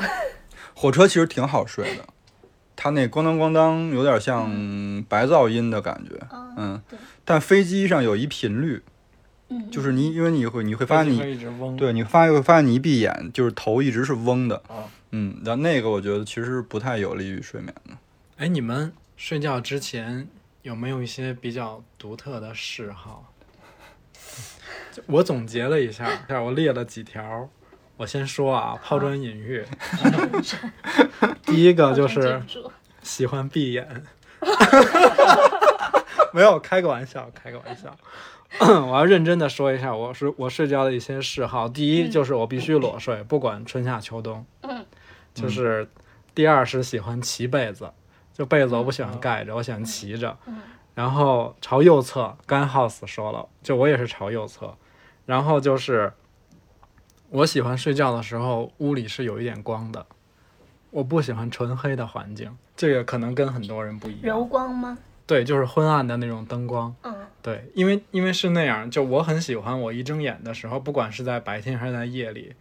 [SPEAKER 2] 火车其实挺好睡的，它那咣当咣当有点像白噪音的感觉，
[SPEAKER 4] 嗯
[SPEAKER 2] 嗯
[SPEAKER 4] 对，
[SPEAKER 2] 但飞机上有一频率，
[SPEAKER 4] 嗯，
[SPEAKER 2] 就是你因为你会你会发现你
[SPEAKER 1] 一直嗡。
[SPEAKER 2] 对你发会发现你一闭眼就是头一直是嗡的
[SPEAKER 3] 啊，
[SPEAKER 2] 嗯，但那个我觉得其实不太有利于睡眠的。
[SPEAKER 1] 哎，你们睡觉之前有没有一些比较独特的嗜好？ 就我总结了一下，我列了几条。我先说啊，抛砖引玉。 第一个就
[SPEAKER 4] 抱
[SPEAKER 1] 是
[SPEAKER 4] 团进驻
[SPEAKER 1] 喜欢闭眼， 没有开个玩笑，开个玩笑。 我要认真的说一下，我是我睡觉的一些嗜好。第一就是我必须裸睡，不管春夏秋冬。
[SPEAKER 4] 嗯，
[SPEAKER 1] 就是第二是喜欢骑被子，就被子我不喜欢盖着，我喜欢骑着。然后朝右侧，干 house 说了，就我也是朝右侧。然后就是我喜欢睡觉的时候屋里是有一点光的，我不喜欢纯黑的环境。这个可能跟很多人不一
[SPEAKER 4] 柔
[SPEAKER 1] 样，
[SPEAKER 4] 光吗？
[SPEAKER 1] 对，就是昏暗的那种灯光。
[SPEAKER 4] 嗯，
[SPEAKER 1] 对，因为因为是那样，就我很喜欢，我一睁眼的时候，不管是在白天还是在夜里，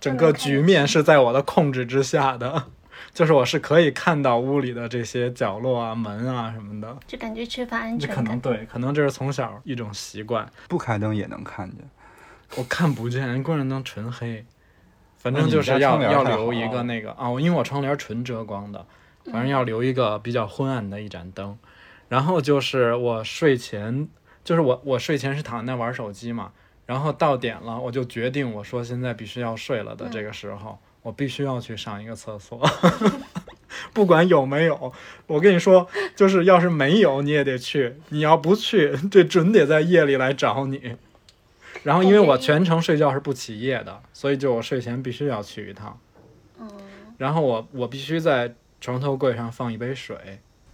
[SPEAKER 1] 整个局面是在我的控制之下的， 就是我是可以看到屋里的这些角落啊、门啊什么的。
[SPEAKER 4] 就感觉缺乏安
[SPEAKER 1] 这
[SPEAKER 4] 全
[SPEAKER 1] 可
[SPEAKER 4] 感。
[SPEAKER 1] 能对，可能这是从小一种习惯，
[SPEAKER 2] 不开灯也能看见。
[SPEAKER 1] 我看不见，关着灯纯黑，反
[SPEAKER 2] 那
[SPEAKER 1] 正
[SPEAKER 2] 你
[SPEAKER 1] 就
[SPEAKER 2] 们
[SPEAKER 1] 是
[SPEAKER 2] 家
[SPEAKER 1] 要
[SPEAKER 2] 窗帘
[SPEAKER 1] 要
[SPEAKER 2] 太好
[SPEAKER 1] 留一
[SPEAKER 2] 了
[SPEAKER 1] 个那个啊，我因为我窗帘纯遮光的，反正要留一个比较昏暗的一盏灯。然后就是我睡前，就是我我睡前是躺在那玩手机嘛，然后到点了，我就决定我说现在必须要睡了的这个时候，我必须要去上一个厕所。 不管有没有，我跟你说，就是要是没有你也得去，你要不去，这准得在夜里来找你。然后因为我全程睡觉是不起夜的，所以就我睡前必须要去一趟。然后我我必须在床头柜上放一杯水，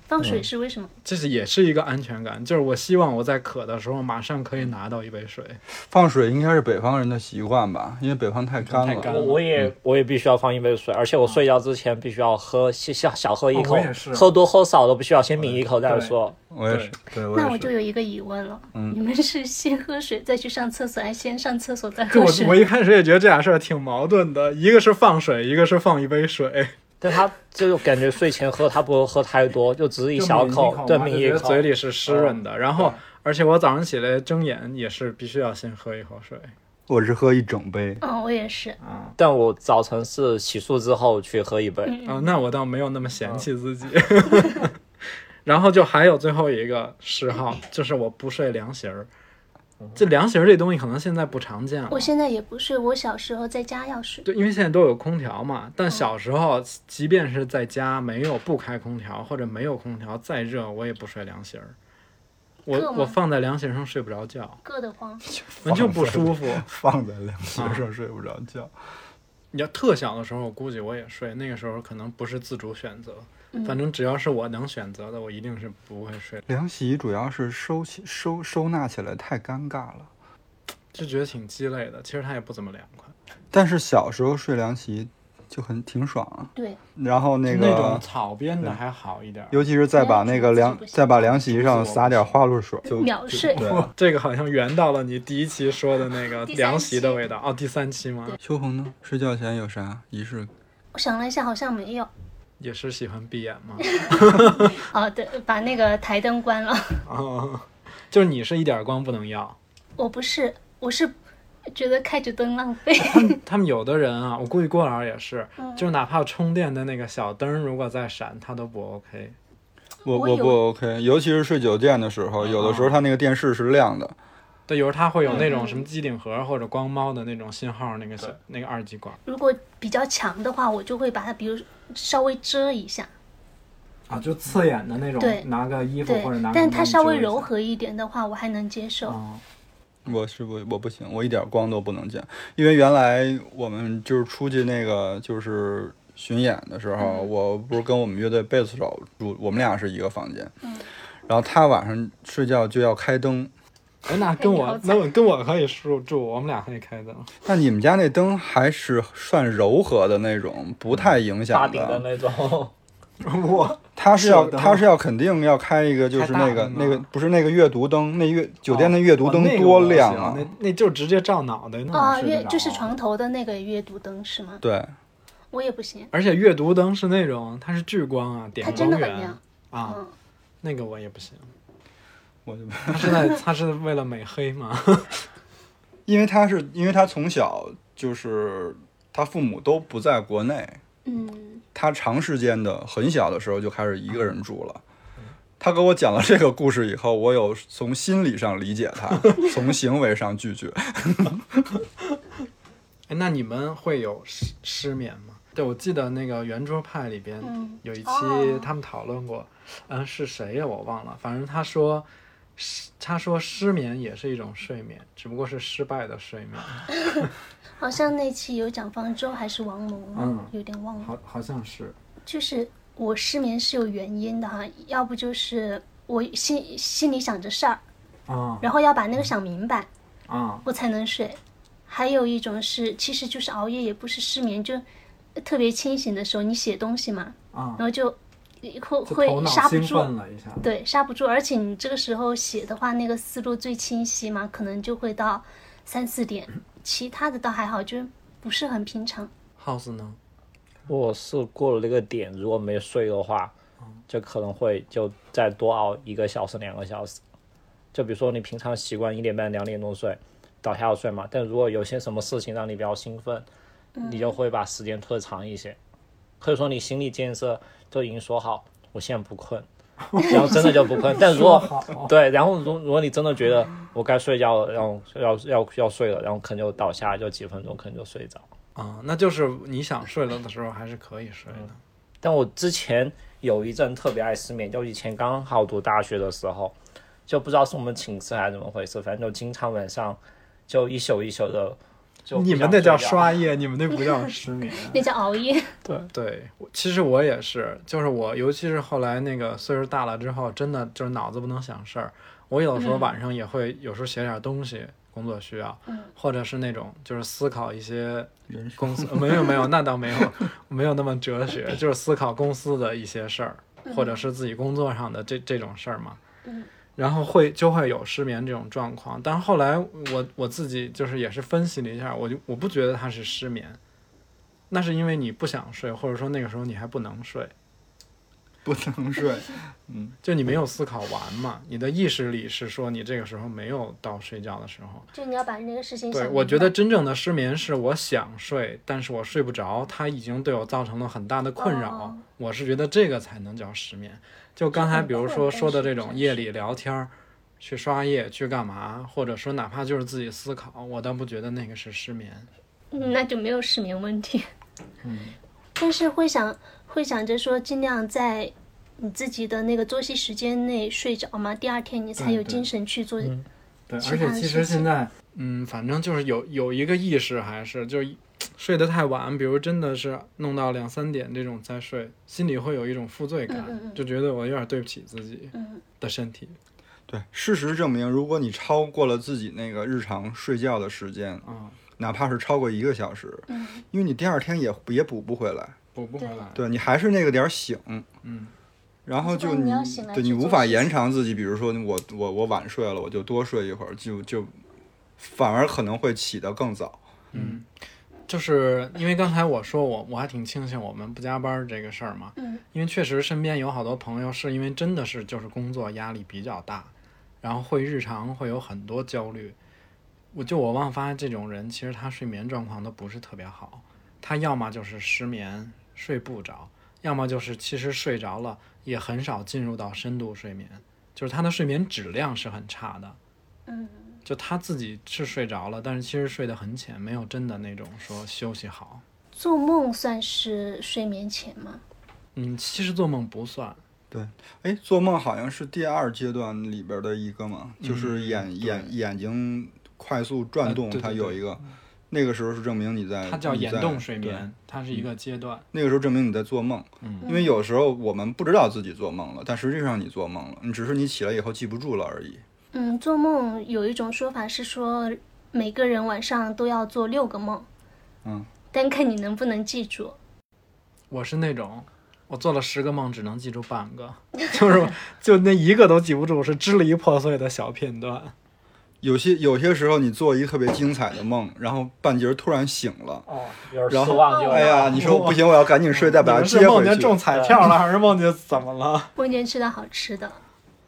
[SPEAKER 4] 放水是为什么？
[SPEAKER 1] 这是也是一个安全感，就是我希望我在渴的时候马上可以拿到一杯水。
[SPEAKER 2] 放水应该是北方人的习惯吧，因为北方太干
[SPEAKER 1] 太
[SPEAKER 2] 了。
[SPEAKER 1] 干嗯
[SPEAKER 3] 我我也我也必须要放一杯水，而且我睡觉之前必须要喝小小小喝一
[SPEAKER 1] 哦
[SPEAKER 3] 口
[SPEAKER 1] 我也是，
[SPEAKER 3] 喝多喝少都不需要，先抿一口再说。
[SPEAKER 2] 我也是，对，我
[SPEAKER 4] 那我
[SPEAKER 2] 也。
[SPEAKER 4] 就是有一个疑问了，
[SPEAKER 1] 嗯
[SPEAKER 4] 你们是先喝水再去上厕所，还是先上厕所再
[SPEAKER 1] 就
[SPEAKER 4] 喝
[SPEAKER 1] 我我
[SPEAKER 4] 水？
[SPEAKER 1] 一开始也觉得这俩事儿挺矛盾的，一个是放水，一个是放一杯水，
[SPEAKER 3] 但他就感觉睡前喝，他不会喝太多，就只是一小口，对，
[SPEAKER 1] 就抿
[SPEAKER 3] 抿
[SPEAKER 1] 一
[SPEAKER 3] 一
[SPEAKER 1] 口嘛就觉得嗯
[SPEAKER 3] 口。
[SPEAKER 1] 嘴里是湿润的。然后，而且我早上起来睁眼也是必须要先喝一口水。
[SPEAKER 2] 我是喝一整杯，
[SPEAKER 4] 嗯，我也是。
[SPEAKER 3] 但我早晨是洗漱之后去喝一杯，
[SPEAKER 4] 嗯
[SPEAKER 1] 啊、那我倒没有那么嫌弃自 己。 然后就还有最后一个嗜好，就是我不睡凉席儿。这凉席儿这东西可能现在不常见了
[SPEAKER 4] 我，现在也不睡，我小时候在家要睡。
[SPEAKER 1] 对，因为现在都有空调嘛。
[SPEAKER 4] 嗯
[SPEAKER 1] 但小时候，即便是在家没有不开空调或者没有空调，再热我也不睡凉席儿。
[SPEAKER 4] 热
[SPEAKER 1] 我
[SPEAKER 4] 吗
[SPEAKER 1] 我放在凉席上睡不着觉，
[SPEAKER 4] 硌得慌，
[SPEAKER 1] 完全不舒服。啊
[SPEAKER 2] 放在凉席上睡不着觉。
[SPEAKER 1] 你要特小的时候，我估计我也睡，那个时候可能不是自主选择。
[SPEAKER 4] 嗯
[SPEAKER 1] 反正只要是我能选择的，我一定是不会睡，
[SPEAKER 2] 凉席主要是收起收收纳起来太尴尬了，
[SPEAKER 1] 就觉得挺鸡肋的。其实它也不怎么凉快。
[SPEAKER 2] 但是小时候睡凉席就很挺爽啊。
[SPEAKER 4] 对，
[SPEAKER 2] 然后那个
[SPEAKER 1] 那种草编的还好一点儿。
[SPEAKER 2] 尤其是再把那个凉
[SPEAKER 4] 竹子不行
[SPEAKER 2] 再把凉席上撒点花露水，就
[SPEAKER 4] 秒睡
[SPEAKER 2] 对，
[SPEAKER 1] 这个好像圆到了你第一期说的那个
[SPEAKER 4] 第三期
[SPEAKER 1] 凉席的味道哦，第三期吗？
[SPEAKER 2] 秋红呢？睡觉前有啥仪式？
[SPEAKER 4] 我想了一下，好像没有。
[SPEAKER 1] 也是喜欢闭眼 吗？
[SPEAKER 4] 哦，对，把那个台灯关了。
[SPEAKER 1] 哦，就是你是一点光不能要。
[SPEAKER 4] 我不是，我是觉得开着灯浪费。
[SPEAKER 1] 他们有的人啊，我估计郭老师也是，
[SPEAKER 4] 嗯
[SPEAKER 1] 就是哪怕充电的那个小灯儿如果在闪，他都不 OK。
[SPEAKER 2] 我
[SPEAKER 4] 我
[SPEAKER 2] 我
[SPEAKER 4] 有嗯
[SPEAKER 2] 不 OK，尤其是睡酒店的时候，有的时候它那个电视是亮的，
[SPEAKER 1] 对，有时候他会
[SPEAKER 2] 嗯
[SPEAKER 1] 有那种什么机顶盒或者光猫的那种信号，那个小那个二极管
[SPEAKER 4] 如果比较强的话，我就会把它，比如稍微遮一下。
[SPEAKER 1] 啊，就刺眼的那种
[SPEAKER 4] 对
[SPEAKER 1] 拿个衣
[SPEAKER 4] 对，但它稍微柔。和一点的话，我还能接受。
[SPEAKER 1] 哦，
[SPEAKER 2] 我是不我不行，我一点光都不能见，因为原来我们就是出去那个就是巡演的时候，
[SPEAKER 1] 嗯
[SPEAKER 2] 我不是跟我们乐队贝斯手住，我们俩是一个房间，
[SPEAKER 1] 嗯
[SPEAKER 2] 然后他晚上睡觉就要开灯，
[SPEAKER 1] 哎，那跟
[SPEAKER 4] 哎你好
[SPEAKER 1] 我
[SPEAKER 4] 惨
[SPEAKER 1] 那我跟我可以住住，我们俩可以开灯。
[SPEAKER 2] 但你们家那灯还是算柔和的那种，不太影
[SPEAKER 3] 大
[SPEAKER 2] 响
[SPEAKER 3] 顶的
[SPEAKER 1] 嗯
[SPEAKER 2] 的。
[SPEAKER 3] 那种。
[SPEAKER 1] 我
[SPEAKER 2] 他是要
[SPEAKER 1] 是的
[SPEAKER 2] 他是要肯定要开一个，就
[SPEAKER 1] 开
[SPEAKER 2] 是
[SPEAKER 1] 大
[SPEAKER 2] 那个
[SPEAKER 1] 灯吗
[SPEAKER 2] 那个不是那个阅读灯，哦那阅酒店的阅读灯多亮啊！
[SPEAKER 1] 那那就直接照脑袋，那
[SPEAKER 4] 啊，
[SPEAKER 1] 哪睡得
[SPEAKER 4] 阅
[SPEAKER 1] 着
[SPEAKER 4] 就是床。头的那个阅读灯是吗？
[SPEAKER 2] 对，
[SPEAKER 4] 我也不行，
[SPEAKER 1] 而且阅读灯是那种，它是聚光啊，点
[SPEAKER 4] 它真
[SPEAKER 1] 光
[SPEAKER 4] 的很
[SPEAKER 1] 源
[SPEAKER 4] 亮。
[SPEAKER 1] 啊，
[SPEAKER 4] 嗯
[SPEAKER 1] 那个我也不行。
[SPEAKER 2] 我就
[SPEAKER 1] 它是在，它是为了美黑嘛？
[SPEAKER 2] 因为他是因为他从小就是他父母都不在国内，
[SPEAKER 4] 嗯，
[SPEAKER 2] 他长时间的很小的时候就开始一个人住了。他给我讲了这个故事以后，我有从心理上理解 他，从行为上拒绝。
[SPEAKER 1] 哎，那你们会有失失眠吗？对，我记得那个圆桌派里边
[SPEAKER 4] 嗯
[SPEAKER 1] 有一期
[SPEAKER 4] 哦
[SPEAKER 1] 他们讨论过，嗯、是谁呀？我忘了，反正他说。失他说失眠也是一种睡眠，只不过是失败的睡眠。
[SPEAKER 4] 好像那期有讲方舟还是王蒙，
[SPEAKER 1] 嗯
[SPEAKER 4] 有点忘了。
[SPEAKER 1] 好，好像是。
[SPEAKER 4] 就是我失眠是有原因的哈，要不就是我心心里想着事儿，
[SPEAKER 1] 啊
[SPEAKER 4] 然后要把那个想明白，
[SPEAKER 1] 啊
[SPEAKER 4] 我才能睡。还有一种是，其实就是熬夜，也不是失眠，就呃特别清醒的时候，你写东西嘛，
[SPEAKER 1] 啊
[SPEAKER 4] 然，后就会
[SPEAKER 1] 就头
[SPEAKER 4] 会
[SPEAKER 1] 脑
[SPEAKER 4] 刹不
[SPEAKER 1] 兴
[SPEAKER 4] 住，
[SPEAKER 1] 奋了一下，
[SPEAKER 4] 对，刹不住，而且你这个时候写的话，那个思路最清晰嘛，可能就会到三四点，其他的倒还好，就不是很平常。
[SPEAKER 1] ，House 呢？
[SPEAKER 3] 我是过了那个点，如果没睡的话，就可能会就再多熬一个小时、两个小时。就比如说你平常习惯一点半、两点钟睡，倒下要睡嘛，但如果有些什么事情让你比较兴奋，你就会把时间拖得长一些。可以说你心理建设就已经说好，我现在不困，然后真的就不困。但如果对，然后如如果你真的觉得我该睡觉了，然后要要要睡了，然后可能就倒下就几分钟，可能就睡着。
[SPEAKER 1] 啊，那就是你想睡了的时候还是可以睡的。
[SPEAKER 3] 嗯但我之前有一阵特别爱失眠，就以前刚好读大学的时候，就不知道是我们寝室还是怎么回事，反正就经常晚上就一宿一宿的就不
[SPEAKER 1] 你们
[SPEAKER 3] 想
[SPEAKER 1] 那叫
[SPEAKER 3] 睡觉
[SPEAKER 1] 刷夜，你们那不叫失眠。
[SPEAKER 4] 那叫熬夜，
[SPEAKER 1] 对，我其实我也是，就是我，尤其是后来那个岁数大了之后，真的就是脑子不能想事儿。我有的时候晚上也会，有时候写点东西，工作需要，或者是那种就是思考一些公司，没有没有，那倒没有，没有那么哲学，就是思考公司的一些事儿，或者是自己工作上的这这种事儿嘛。然后会就会有失眠这种状况，但后来我我自己就是也是分析了一下，我就我不觉得它是失眠，那是因为你不想睡，或者说那个时候你还不能睡，
[SPEAKER 2] 不能睡。
[SPEAKER 1] 就你没有思考完嘛。你的意识里是说你这个时候没有到睡觉的时候。
[SPEAKER 4] 就你要把那个事情想
[SPEAKER 1] 对，
[SPEAKER 4] 明白。
[SPEAKER 1] 我觉得真正的失眠是我想睡，但是我睡不着，它已经对我造成了很大的困扰。
[SPEAKER 4] 哦
[SPEAKER 1] 我是觉得这个才能叫失眠。就刚才比如说说的这种夜里聊天儿，去刷夜去干嘛，或者说哪怕就是自己思考，我倒不觉得那个是失眠。
[SPEAKER 4] 嗯那就没有失眠问题。
[SPEAKER 1] 嗯
[SPEAKER 4] 但是会想会想着说，尽量在你自己的那个作息时间内睡着嘛，第二天你才有
[SPEAKER 1] 对嗯
[SPEAKER 4] 精神去做。
[SPEAKER 1] 对，
[SPEAKER 4] 其
[SPEAKER 1] 而且
[SPEAKER 4] 他的
[SPEAKER 1] 其
[SPEAKER 4] 事
[SPEAKER 1] 实现
[SPEAKER 4] 情
[SPEAKER 1] 在，嗯，反正就是有有一个意识，还是就是睡得太晚，比如真的是弄到两三点这种再睡，心里会有一种负罪感，
[SPEAKER 4] 嗯嗯嗯
[SPEAKER 1] 就觉得我有点对不起自己
[SPEAKER 4] 嗯
[SPEAKER 1] 的身体。
[SPEAKER 2] 对，事实证明，如果你超过了自己那个日常睡觉的时间，
[SPEAKER 1] 啊，
[SPEAKER 2] 哪怕是超过一个小时，
[SPEAKER 4] 嗯
[SPEAKER 2] 因为你第二天也也补不回来，
[SPEAKER 1] 补不回来。
[SPEAKER 2] 对你还是那个点儿醒，
[SPEAKER 1] 嗯，
[SPEAKER 2] 然后
[SPEAKER 4] 就
[SPEAKER 2] 就
[SPEAKER 4] 不然你
[SPEAKER 2] 你
[SPEAKER 4] 要醒来
[SPEAKER 2] 对
[SPEAKER 4] 去
[SPEAKER 2] 你无
[SPEAKER 4] 做
[SPEAKER 2] 法
[SPEAKER 4] 事
[SPEAKER 2] 延
[SPEAKER 4] 情
[SPEAKER 2] 长自己，比如说我我我晚睡了，我就多睡一会儿，就就反而可能会起得更早。
[SPEAKER 1] 就是因为刚才我说我我还挺庆幸我们不加班儿这个事儿嘛，
[SPEAKER 4] 嗯
[SPEAKER 1] 因为确实身边有好多朋友是因为真的是就是工作压力比较大，然后会日常会有很多焦虑。我就我忘发这种人，其实他睡眠状况都不是特别好，他要么就是失眠睡不着，要么就是其实睡着了也很少进入到深度睡眠，就是他的睡眠质量是很差的。
[SPEAKER 4] 嗯，
[SPEAKER 1] 就他自己是睡着了，但是其实睡得很浅，没有真的那种说休息好。
[SPEAKER 4] 做梦算是睡眠前吗？
[SPEAKER 1] 嗯，其实做梦不算，
[SPEAKER 2] 哎，做梦好像是第二阶段里边儿的一个嘛，就是眼、眼眼睛快速
[SPEAKER 1] 嗯
[SPEAKER 2] 转
[SPEAKER 1] 呃
[SPEAKER 2] 动，
[SPEAKER 1] 对
[SPEAKER 2] 它
[SPEAKER 1] 对
[SPEAKER 2] 有
[SPEAKER 1] 对
[SPEAKER 2] 一个，那个时候是证明你在
[SPEAKER 1] 它叫
[SPEAKER 2] 你
[SPEAKER 1] 眼
[SPEAKER 2] 在
[SPEAKER 1] 动睡
[SPEAKER 2] 嗯对嗯
[SPEAKER 1] 眠，它是一个阶段。
[SPEAKER 2] 那个时候证明你在做梦，
[SPEAKER 1] 嗯
[SPEAKER 2] 因为有时候我们不知道自己做梦了，但实际上你做梦了，你只是你起来以后记不住了而已。
[SPEAKER 4] 嗯，做梦有一种说法是说，每个人晚上都要做六个梦。
[SPEAKER 2] 嗯，
[SPEAKER 4] 但看你能不能记住。
[SPEAKER 1] 我是那种，我做了十个梦，只能记住半个， 就是就那一个都记不住，是支离破碎的小片段。
[SPEAKER 2] 有些有些时候你做一个特别精彩的梦，然后半截儿突然醒了，
[SPEAKER 3] 哦有
[SPEAKER 2] 然
[SPEAKER 3] 点
[SPEAKER 2] 后
[SPEAKER 3] 失望就
[SPEAKER 2] 哎 呀，你说不行，我要赶紧睡，再
[SPEAKER 1] 你
[SPEAKER 2] 把它
[SPEAKER 1] 们
[SPEAKER 2] 接
[SPEAKER 1] 啊是梦
[SPEAKER 2] 回
[SPEAKER 1] 见
[SPEAKER 2] 去。哦
[SPEAKER 1] 中彩票 了，还是梦见怎么了？
[SPEAKER 4] 梦见吃到好吃的，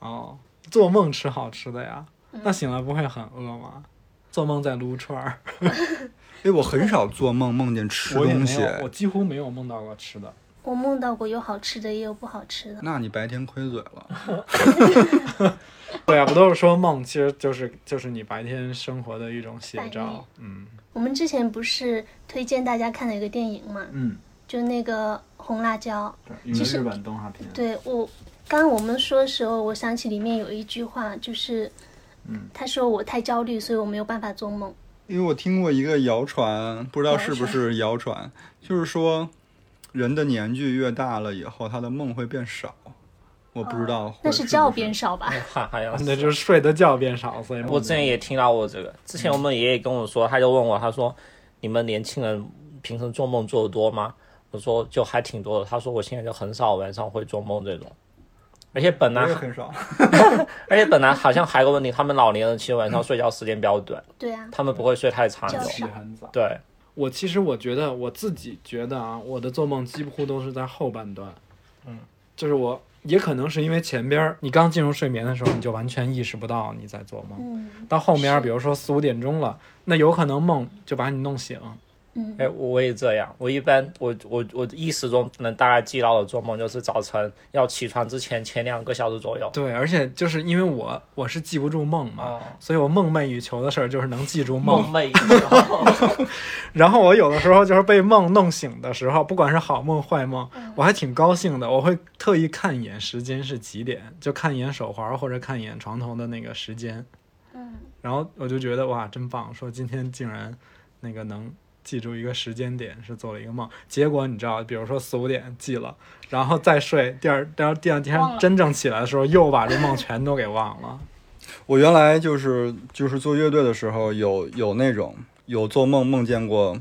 [SPEAKER 1] 哦，做梦吃好吃的呀，那醒来不会很饿吗？做梦在撸串儿，
[SPEAKER 2] 哎，我很少做梦梦见吃
[SPEAKER 1] 我也
[SPEAKER 2] 东
[SPEAKER 1] 没
[SPEAKER 2] 西，
[SPEAKER 1] 有，我几乎没有梦到过吃的。
[SPEAKER 4] 我梦到过有好吃的，也有不好吃的。
[SPEAKER 2] 那你白天亏嘴了。
[SPEAKER 1] 对啊，不都是说梦，其实就是就是你白天生活的一种写
[SPEAKER 4] 反应
[SPEAKER 1] 照。嗯
[SPEAKER 4] 我们之前不是推荐大家看了一个电影嘛，
[SPEAKER 1] 嗯，
[SPEAKER 4] 就那个红辣椒。
[SPEAKER 1] 一
[SPEAKER 4] 其实
[SPEAKER 1] 本动画片
[SPEAKER 4] 对我，刚我们说的时候，我想起里面有一句话，就是，嗯，他说我太焦虑，所以我没有办法做梦。
[SPEAKER 2] 因为我听过一个谣传，不知道是不是谣传，就是说人的年纪越大了以后，他的梦会变少。我不知道
[SPEAKER 4] 啊那
[SPEAKER 2] 会
[SPEAKER 4] 是
[SPEAKER 2] 不
[SPEAKER 4] 觉
[SPEAKER 2] 是
[SPEAKER 4] 变少吧？
[SPEAKER 3] 哈 哈要死
[SPEAKER 1] 那就是睡的觉变少，所以
[SPEAKER 3] 我之前也听到过这个，之前我们爷爷跟我说，他就问我，他说：“你们年轻人平时做梦做的多吗？”我说：“就还挺多的。”他说：“我现在就很少晚上会做梦这种，而且本来
[SPEAKER 2] 我也很少。
[SPEAKER 3] 而且本来好像还有个问题，他们老年人其实晚上睡觉时间比较短，
[SPEAKER 4] 对啊，
[SPEAKER 3] 他们不会睡太长
[SPEAKER 4] 觉
[SPEAKER 3] 那
[SPEAKER 1] 早
[SPEAKER 3] 种。
[SPEAKER 1] 起
[SPEAKER 4] 少
[SPEAKER 1] 很早。
[SPEAKER 3] 对，
[SPEAKER 1] 我其实我觉得我自己觉得啊，我的做梦几乎都是在后半段，嗯，就是我也可能是因为前边儿你刚进入睡眠的时候，你就完全意识不到你在
[SPEAKER 2] 哦
[SPEAKER 1] 做梦，
[SPEAKER 4] 嗯
[SPEAKER 1] 到后面儿
[SPEAKER 4] 是
[SPEAKER 1] 比如说四五点钟了，那有可能梦就把你弄醒，
[SPEAKER 4] 嗯，
[SPEAKER 3] 哎，我也这样。我一般我我我意识中能大概记到的做梦就是早晨要起床之前前两个小时左右。
[SPEAKER 1] 对，而且就是因为我我是记不住梦嘛，
[SPEAKER 3] 哦
[SPEAKER 1] 所以我梦寐以求的事儿就是能记住梦
[SPEAKER 3] 梦寐以 求，
[SPEAKER 1] 然后我有的时候就是被梦弄醒的时候，不管是好梦坏梦，
[SPEAKER 4] 嗯
[SPEAKER 1] 我还挺高兴的。我会特意看一眼时间是几点，就看一眼手环或者看一眼床头的那个时间。
[SPEAKER 4] 嗯，
[SPEAKER 1] 然后我就觉得哇，真棒！说今天竟然那个能记住一个时间点是做了一个梦。结果你知道，比如说四五点记了，然后再睡，第二 第二第二天
[SPEAKER 4] 忘了
[SPEAKER 1] 真正起来的时候，又把这梦全都给忘了。
[SPEAKER 2] 我原来就是就是做乐队的时候，有有那种有做梦梦见过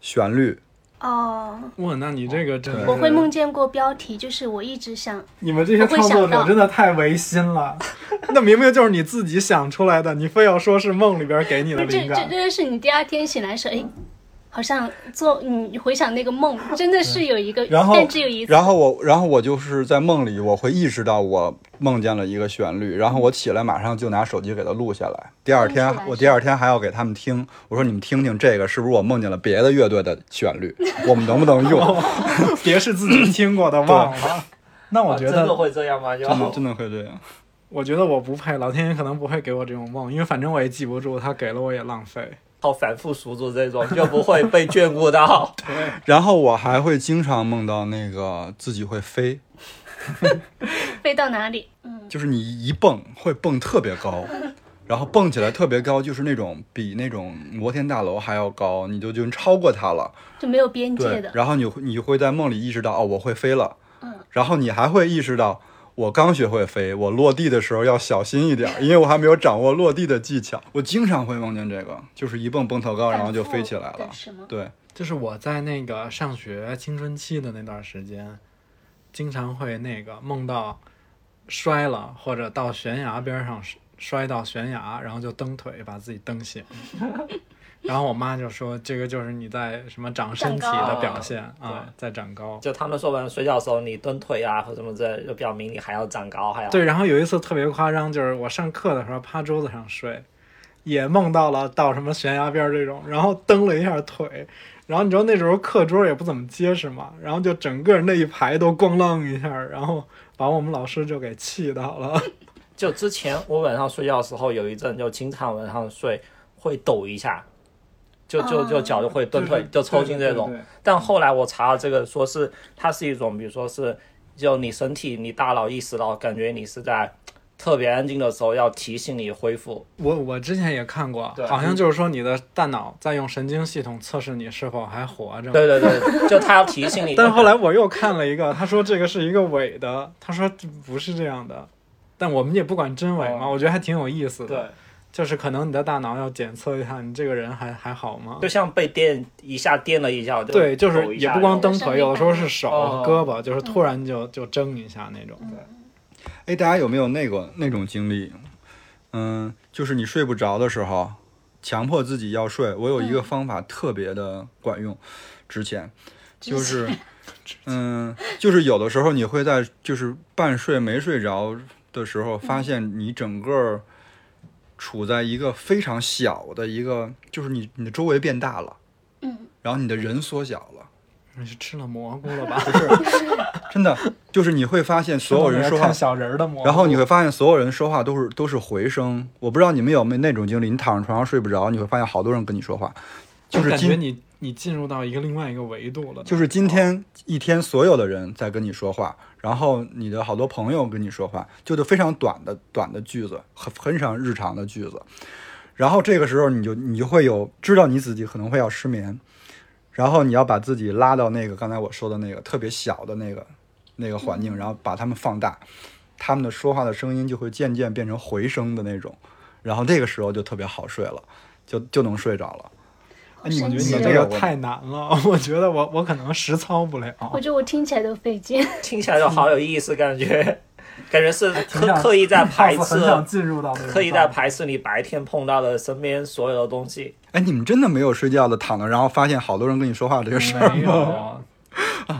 [SPEAKER 2] 旋律，
[SPEAKER 4] 哦，
[SPEAKER 1] 哇，那你这个真的
[SPEAKER 4] 我
[SPEAKER 1] 是
[SPEAKER 4] 会梦见过标题，就是我一直想，
[SPEAKER 1] 你们这些创作者真的太违心了，那明明就是你自己想出来的，你非要说是梦里边给你
[SPEAKER 4] 不
[SPEAKER 1] 的
[SPEAKER 4] 是这
[SPEAKER 1] 灵
[SPEAKER 4] 这
[SPEAKER 1] 感。
[SPEAKER 4] 真的是你第二天醒来说，哎，
[SPEAKER 2] 嗯
[SPEAKER 4] 好像做你回想那个 梦，真的是有一个，
[SPEAKER 2] 嗯然后
[SPEAKER 4] 但只有一次，
[SPEAKER 2] 然后我然后我就是在梦里，我会意识到我梦见了一个旋律，然后我起来马上就拿手机给它录下来。第二天
[SPEAKER 4] 录下来
[SPEAKER 2] 我第二天还要给他们听，我说你们听听这个是不是我梦见了别的乐队的旋律，我们能不能用？
[SPEAKER 1] 别是自己听过的忘了。那我觉
[SPEAKER 3] 真的
[SPEAKER 1] 得，
[SPEAKER 3] 会这样吗？就
[SPEAKER 2] 真的真的会这样。
[SPEAKER 1] 我觉得我不配，老天爷可能不会给我这种梦，因为反正我也记不住，他给了我也浪费。
[SPEAKER 3] 靠反复数住这种，就不会被眷 顾到。
[SPEAKER 2] 然后我还会经常梦到那个自己会飞，
[SPEAKER 4] 飞到哪里？嗯，
[SPEAKER 2] 就是你一蹦会蹦特别高，然后蹦起来特别高，就是那种比那种摩天大楼还要高，你就就超过它了。
[SPEAKER 4] 就没有边界
[SPEAKER 2] 对
[SPEAKER 4] 的，，
[SPEAKER 2] 然后你会你会在梦里意识到哦，我会飞了，
[SPEAKER 4] 嗯，
[SPEAKER 2] 然后你还会意识到我刚学会飞，我落地的时候要小心一 点，因为我还没有掌握落地的技巧。我经常会梦见这个，就是一蹦蹦特高，然后就飞起来了
[SPEAKER 4] 反复的。是吗？
[SPEAKER 2] 对，
[SPEAKER 1] 就是我在那个上学青春期的那段时间，经常会那个梦到摔了，或者到悬崖边上摔摔到悬崖，然后就蹬腿把自己蹬醒。然后我妈就说：“这个就是你在什么长身体
[SPEAKER 4] 长
[SPEAKER 3] 高
[SPEAKER 1] 的表现
[SPEAKER 3] 对
[SPEAKER 1] 啊，在长高。
[SPEAKER 3] 就他们说晚上睡觉的时候，你蹲腿啊或什么之类的，就表明你还要长高，还要”
[SPEAKER 1] 对，然后有一次特别夸张，就是我上课的时候趴桌子上睡，也梦到了到什么悬崖边儿这种，然后蹬了一下腿，然后你知道那时候课桌也不怎么结实嘛，然后就整个那一排都咣啷一下，然后把我们老师就给气到了。
[SPEAKER 3] 就之前我晚上睡觉的时候，有一阵就经常晚上睡会抖一下，就
[SPEAKER 1] 啊
[SPEAKER 3] 就就脚就会蹲退，就抽筋这种。但后来我查了这个，说是它是一种，比如说是就你身体、你大脑意识到，感觉你是在特别安静的时候要提醒你恢复。
[SPEAKER 1] 我我之前也看过
[SPEAKER 3] 对，
[SPEAKER 1] 好像就是说你的大脑在用神经系统测试你是否还活着。
[SPEAKER 3] 对对对，就它要提醒你。
[SPEAKER 1] 但是后来我又看了一个，他说这个是一个伪的，他说这不是这样的，但我们也不管真伪嘛，
[SPEAKER 3] 哦
[SPEAKER 1] 我觉得还挺有意思的。
[SPEAKER 3] 对，
[SPEAKER 1] 就是可能你的大脑要检测一下你这个人还还好吗？
[SPEAKER 3] 就像被电一下电了一下，就
[SPEAKER 1] 对，就
[SPEAKER 3] 抖
[SPEAKER 1] 是
[SPEAKER 3] 一
[SPEAKER 1] 也
[SPEAKER 3] 下
[SPEAKER 1] 不光
[SPEAKER 4] 这种
[SPEAKER 1] 蹬
[SPEAKER 4] 生
[SPEAKER 1] 腿，
[SPEAKER 4] 理
[SPEAKER 1] 有的时候
[SPEAKER 4] 反应
[SPEAKER 1] 是手、
[SPEAKER 3] 哦
[SPEAKER 1] 胳膊，就是突然就就挣一下那种。
[SPEAKER 2] 哎，大家有没有那个那种经历？嗯，就是你睡不着的时候，强迫自己要睡。我有一个方法特别的管用，之前就是，嗯，就是有的时候你会在就是半睡没睡着的时候，发现你整个儿处在一个非常小的一个，就是你你的周围变大了，
[SPEAKER 4] 嗯，
[SPEAKER 2] 然后你的人缩小了。
[SPEAKER 1] 你是吃了蘑菇了吧？
[SPEAKER 2] 真的，就是你会发现所有人
[SPEAKER 1] 吃了那个
[SPEAKER 2] 说话
[SPEAKER 1] 看小人儿的蘑菇，
[SPEAKER 2] 然后你会发现，所有人说话都是都是回声。我不知道你们有没有那种经历，你躺在床上睡不着，你会发现好多人跟你说话，就
[SPEAKER 1] 就是感觉
[SPEAKER 2] 今
[SPEAKER 1] 你你进入到一个另外一个维度了。
[SPEAKER 2] 就是今天一天所有的人在跟你说话，然后你的好多朋友跟你说话，就是非常短的短的句子，很很少日常的句子。然后这个时候你就你就会有知道你自己可能会要失眠，然后你要把自己拉到那个刚才我说的那个特别小的那个那个环境，然后把它们放大，他们的说话的声音就会渐渐变成回声的那种，然后这个时候就特别好睡了，就就能睡着了。
[SPEAKER 4] 好
[SPEAKER 2] 哎，你
[SPEAKER 4] 神
[SPEAKER 2] 们觉得
[SPEAKER 4] 奇
[SPEAKER 2] 你
[SPEAKER 4] 啊
[SPEAKER 1] 这
[SPEAKER 2] 这
[SPEAKER 1] 个
[SPEAKER 2] 个
[SPEAKER 1] 太难了， 我觉得我我可能实操不了。
[SPEAKER 4] 我觉得我听起来都 费劲。
[SPEAKER 3] 听起来就好有意思，感觉，感觉是刻
[SPEAKER 1] 想
[SPEAKER 3] 刻意在排
[SPEAKER 1] 我
[SPEAKER 3] 斥
[SPEAKER 1] 很，想嗯进入到那个
[SPEAKER 3] 刻意在
[SPEAKER 1] 状态
[SPEAKER 3] 排斥你白天碰到的身边所有的东西。
[SPEAKER 2] 哎，你们真的没有睡觉的躺着，然后发现好多人跟你说话这个事儿
[SPEAKER 1] 嗯没
[SPEAKER 2] 吗？
[SPEAKER 1] 有。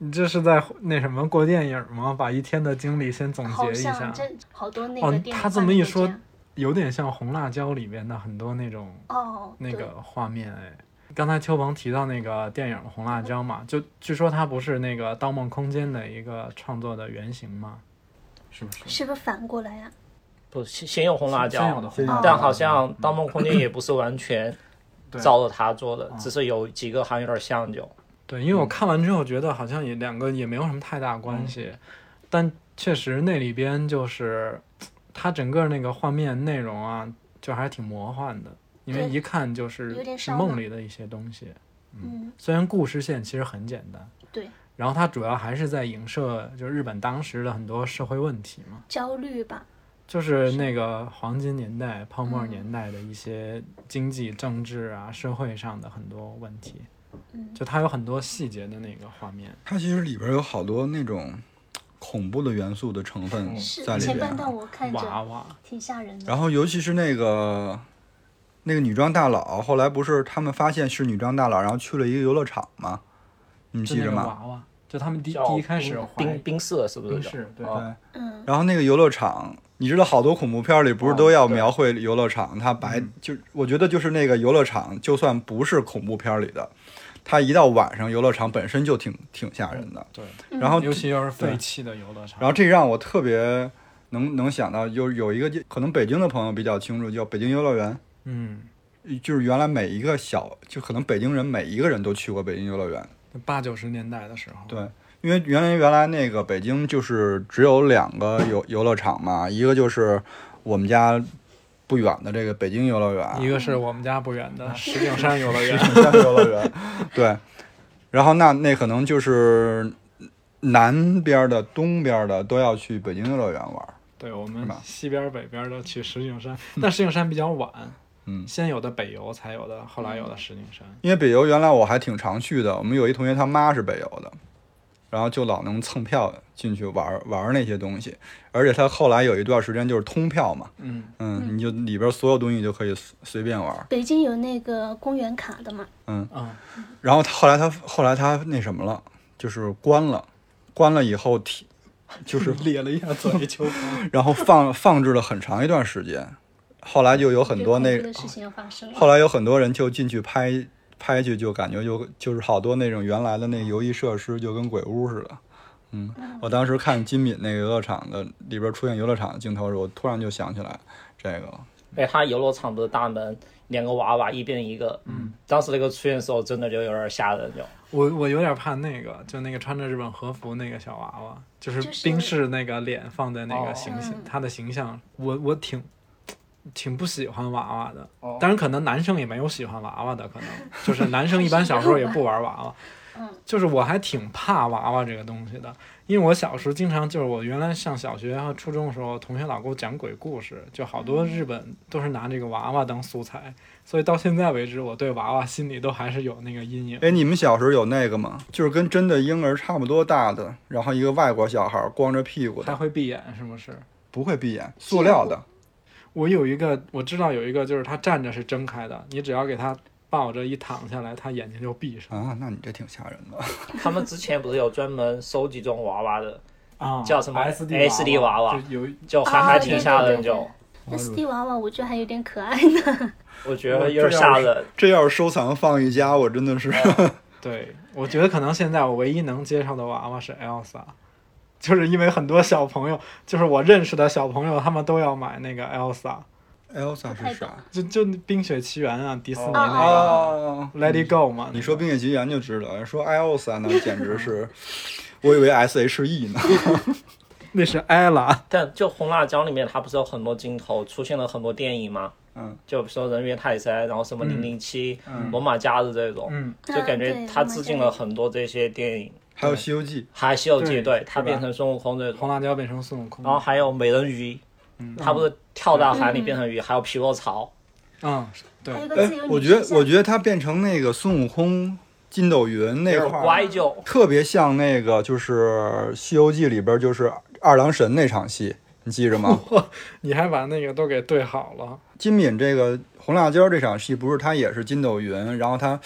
[SPEAKER 1] 你这是在那什么过电影吗？把一天的经历先总结
[SPEAKER 4] 好
[SPEAKER 1] 一下
[SPEAKER 4] 像，真好多那
[SPEAKER 1] 哦
[SPEAKER 4] 个电影
[SPEAKER 1] 他这
[SPEAKER 4] 画
[SPEAKER 1] 么
[SPEAKER 4] 面
[SPEAKER 1] 一
[SPEAKER 4] 都
[SPEAKER 1] 说
[SPEAKER 4] 样
[SPEAKER 1] 有点像《红辣椒》里边的很多那种
[SPEAKER 4] 哦，
[SPEAKER 1] 那
[SPEAKER 4] 对
[SPEAKER 1] 个画面哎。刚才秋鹏提到那个电影《红辣椒》嘛，就据说它不是那个《盗梦空间》的一个创作的原型嘛，是不是？
[SPEAKER 4] 是不是反过来啊呀、
[SPEAKER 3] 不，先先用红辣
[SPEAKER 1] 先有
[SPEAKER 3] 椒嗯
[SPEAKER 1] 的，红辣椒嗯
[SPEAKER 3] 但好像《盗梦空间》也不是完全
[SPEAKER 1] 对嗯
[SPEAKER 3] 照着它做的，只是有几个好像有点像就。
[SPEAKER 1] 对，因为我看完之后觉得好像也两个也没有什么太大关系，但确实那里边就是它整个那个画面内容啊，就还挺魔幻的，因为
[SPEAKER 4] 对
[SPEAKER 1] 一看就是
[SPEAKER 4] 有点
[SPEAKER 1] 是
[SPEAKER 4] 烧脑
[SPEAKER 1] 梦里的一些东西。
[SPEAKER 4] 嗯，
[SPEAKER 1] 虽然故事线其实很简单，
[SPEAKER 4] 对，
[SPEAKER 1] 然后它主要还是在影射就日本当时的很多社会问题嘛，
[SPEAKER 4] 焦虑吧，
[SPEAKER 1] 就是那个黄金年代、泡沫
[SPEAKER 3] 嗯
[SPEAKER 1] 年代的一些经济、政治啊、社会上的很多问题，
[SPEAKER 4] 嗯
[SPEAKER 1] 就它有很多细节的那个画面。
[SPEAKER 2] 它其实里边有好多那种恐怖的元素的成分
[SPEAKER 1] 嗯
[SPEAKER 4] 是
[SPEAKER 2] 在里
[SPEAKER 4] 前
[SPEAKER 2] 边啊，
[SPEAKER 4] 半段我看
[SPEAKER 1] 娃
[SPEAKER 4] 着
[SPEAKER 1] 娃，
[SPEAKER 4] 挺吓人的，
[SPEAKER 2] 然后尤其是那个那个女装大佬，后来不是他们发现是女装大佬，然后去了一个游乐场吗？你们
[SPEAKER 1] 就
[SPEAKER 2] 记
[SPEAKER 1] 那
[SPEAKER 2] 着
[SPEAKER 1] 个
[SPEAKER 2] 吗？
[SPEAKER 1] 娃娃，就他们第
[SPEAKER 3] 叫
[SPEAKER 1] 第一开始
[SPEAKER 3] 冰
[SPEAKER 1] 怀
[SPEAKER 3] 冰冰室是不是
[SPEAKER 1] 冰
[SPEAKER 3] 叫？
[SPEAKER 1] 室，对，
[SPEAKER 3] 哦
[SPEAKER 4] 嗯，
[SPEAKER 2] 然后那个游乐场，你知道好多恐怖片里
[SPEAKER 1] 嗯
[SPEAKER 2] 不是都要描绘游乐场，它白就我觉得就是那个游乐场，就算不是恐怖片里的，它一到晚上游乐场本身就挺挺吓人的。
[SPEAKER 1] 嗯对，
[SPEAKER 2] 然后
[SPEAKER 1] 尤其又是
[SPEAKER 2] 对
[SPEAKER 1] 废弃的游乐场，
[SPEAKER 2] 然后这让我特别能能想到，就是有一个可能北京的朋友比较清楚，叫北京游乐园。
[SPEAKER 1] 嗯，
[SPEAKER 2] 就是原来每一个小，就可能北京人每一个人都去过北京游乐园，
[SPEAKER 1] 八九十年代的时候，
[SPEAKER 2] 对因为原来原来那个北京就是只有两个游游乐场嘛，一个就是我们家不远的这个北京游乐园，
[SPEAKER 1] 一个是我们家不远
[SPEAKER 2] 啊
[SPEAKER 1] 的石景山游乐园，
[SPEAKER 2] 景山游乐园， 对。然后那那可能就是南边的、东边的都要去北京游乐园玩儿。
[SPEAKER 1] 对我们
[SPEAKER 2] 是吧
[SPEAKER 1] 西边儿北边儿的去石景山，但石景山比较晚，
[SPEAKER 2] 嗯
[SPEAKER 1] 先有的北游，才有的后来
[SPEAKER 3] 嗯
[SPEAKER 1] 有的石景山。
[SPEAKER 2] 因为北游原来我还挺常去的，我们有一同学他妈是北游的，然后就老能蹭票进去玩儿玩儿那些东西，而且他后来有一段时间就是通票嘛，
[SPEAKER 1] 嗯，
[SPEAKER 2] 嗯，你就里边所有东西就可以随随便玩儿，
[SPEAKER 4] 北京有那个公园卡的嘛，
[SPEAKER 2] 嗯，
[SPEAKER 1] 啊，
[SPEAKER 2] 然后他后来他后来他那什么了，就是关了，关了以后提，就是
[SPEAKER 1] 咧了一下嘴， 秋风。
[SPEAKER 2] 然后放放置了很长一段时间，后来就有很多那
[SPEAKER 4] 对恐怖的事情要发生了，
[SPEAKER 2] 后来有很多人就进去拍拍去，就感觉就就是好多那种原来的那游艺设施就跟鬼屋似的。嗯，我当时看金敏那个游乐场的里边出现游乐场的镜头的时，候，我突然就想起来这个了。
[SPEAKER 3] 哎，它游乐场不是大门两个娃娃一边一个，嗯，当时那个出现的时候真的就有点吓人，就
[SPEAKER 1] 我我有点怕那个，就那个穿着日本和服那个小娃娃，就是
[SPEAKER 4] 就是
[SPEAKER 1] 冰室那个脸放在那个
[SPEAKER 3] 哦
[SPEAKER 1] 形象，
[SPEAKER 4] 嗯
[SPEAKER 1] 他的形象，我我挺挺不喜欢娃娃的。当然，可能男生也没有喜欢娃娃的，可能就是男生一般小时候也不玩娃娃。
[SPEAKER 4] 嗯，
[SPEAKER 1] 就是我还挺怕娃娃这个东西的，因为我小时候经常就是我原来上小学和初中的时候，同学老给我讲鬼故事，就好多
[SPEAKER 4] 嗯
[SPEAKER 1] 日本都是拿这个娃娃当素材，所以到现在为止，我对娃娃心里都还是有那个阴影。
[SPEAKER 2] 哎，你们小时候有那个吗？就是跟真的婴儿差不多大的，然后一个外国小孩光着屁股
[SPEAKER 1] 还
[SPEAKER 2] 的，
[SPEAKER 1] 会闭眼是不是？
[SPEAKER 2] 不会闭眼，塑料的。
[SPEAKER 1] 我有一个我知道有一个就是他站着是睁开的，你只要给他抱着一躺下来，他眼睛就闭上
[SPEAKER 2] 啊，那你这挺吓人的。
[SPEAKER 3] 他们之前不是有专门收集这种娃娃的，
[SPEAKER 1] 啊
[SPEAKER 3] 叫什么
[SPEAKER 1] SD
[SPEAKER 3] SD 娃娃
[SPEAKER 1] 就有
[SPEAKER 3] 就还还挺吓人，
[SPEAKER 4] 啊对对对
[SPEAKER 3] 就
[SPEAKER 4] 那 SD 娃娃我觉得还有点可爱呢，
[SPEAKER 3] 我觉得有点吓人。
[SPEAKER 2] 这要是收藏放一家，我真的是。
[SPEAKER 1] 对，我觉得可能现在我唯一能接受的娃娃是 Elsa，就是因为很多小朋友，就是我认识的小朋友，他们都要买那个 Elsa，
[SPEAKER 2] Elsa
[SPEAKER 4] 不太
[SPEAKER 2] 是啥？
[SPEAKER 1] 就就《冰雪奇缘》啊，迪士尼
[SPEAKER 3] 哦
[SPEAKER 1] 那
[SPEAKER 2] 哦
[SPEAKER 1] 个 Let It Go 嘛，
[SPEAKER 2] 你说《冰雪奇缘》就知道，哎说 Elsa 啊那简直是，我以为 S H E 呢。
[SPEAKER 1] 那是 Ella，
[SPEAKER 3] 但就红辣椒里面，它不是有很多镜头出现了很多电影吗？
[SPEAKER 2] 嗯，
[SPEAKER 3] 就比如说人猿泰山，然后什么零零七、罗马假日这种，
[SPEAKER 1] 嗯，
[SPEAKER 3] 就感觉
[SPEAKER 4] 嗯对
[SPEAKER 3] 它致敬
[SPEAKER 4] 罗
[SPEAKER 3] 了
[SPEAKER 4] 马假日
[SPEAKER 3] 很多这些电影。
[SPEAKER 2] 还有《西游记
[SPEAKER 3] 还有《西游记
[SPEAKER 1] 对》，
[SPEAKER 3] 对，他
[SPEAKER 1] 是吧
[SPEAKER 3] 变成孙悟空这种，
[SPEAKER 1] 红辣椒变成孙悟空，
[SPEAKER 3] 然后还有美人鱼，他不是跳到海里变成鱼，还有皮肉槽，
[SPEAKER 1] 嗯，对
[SPEAKER 4] 还有》。个自由
[SPEAKER 2] 哎，
[SPEAKER 4] 女
[SPEAKER 2] 我觉得
[SPEAKER 4] 神，像
[SPEAKER 2] 我觉得他变成那个孙悟空、筋斗云那
[SPEAKER 3] 有
[SPEAKER 2] 块
[SPEAKER 3] 点
[SPEAKER 2] 儿，
[SPEAKER 3] 乖就。
[SPEAKER 2] 特别像那个就是《西游记》里边就是二郎神那场戏，你记着吗？
[SPEAKER 1] 你还把那个都给对好了，
[SPEAKER 2] 金敏这个红辣椒这场戏，不是他也是筋斗云，然后他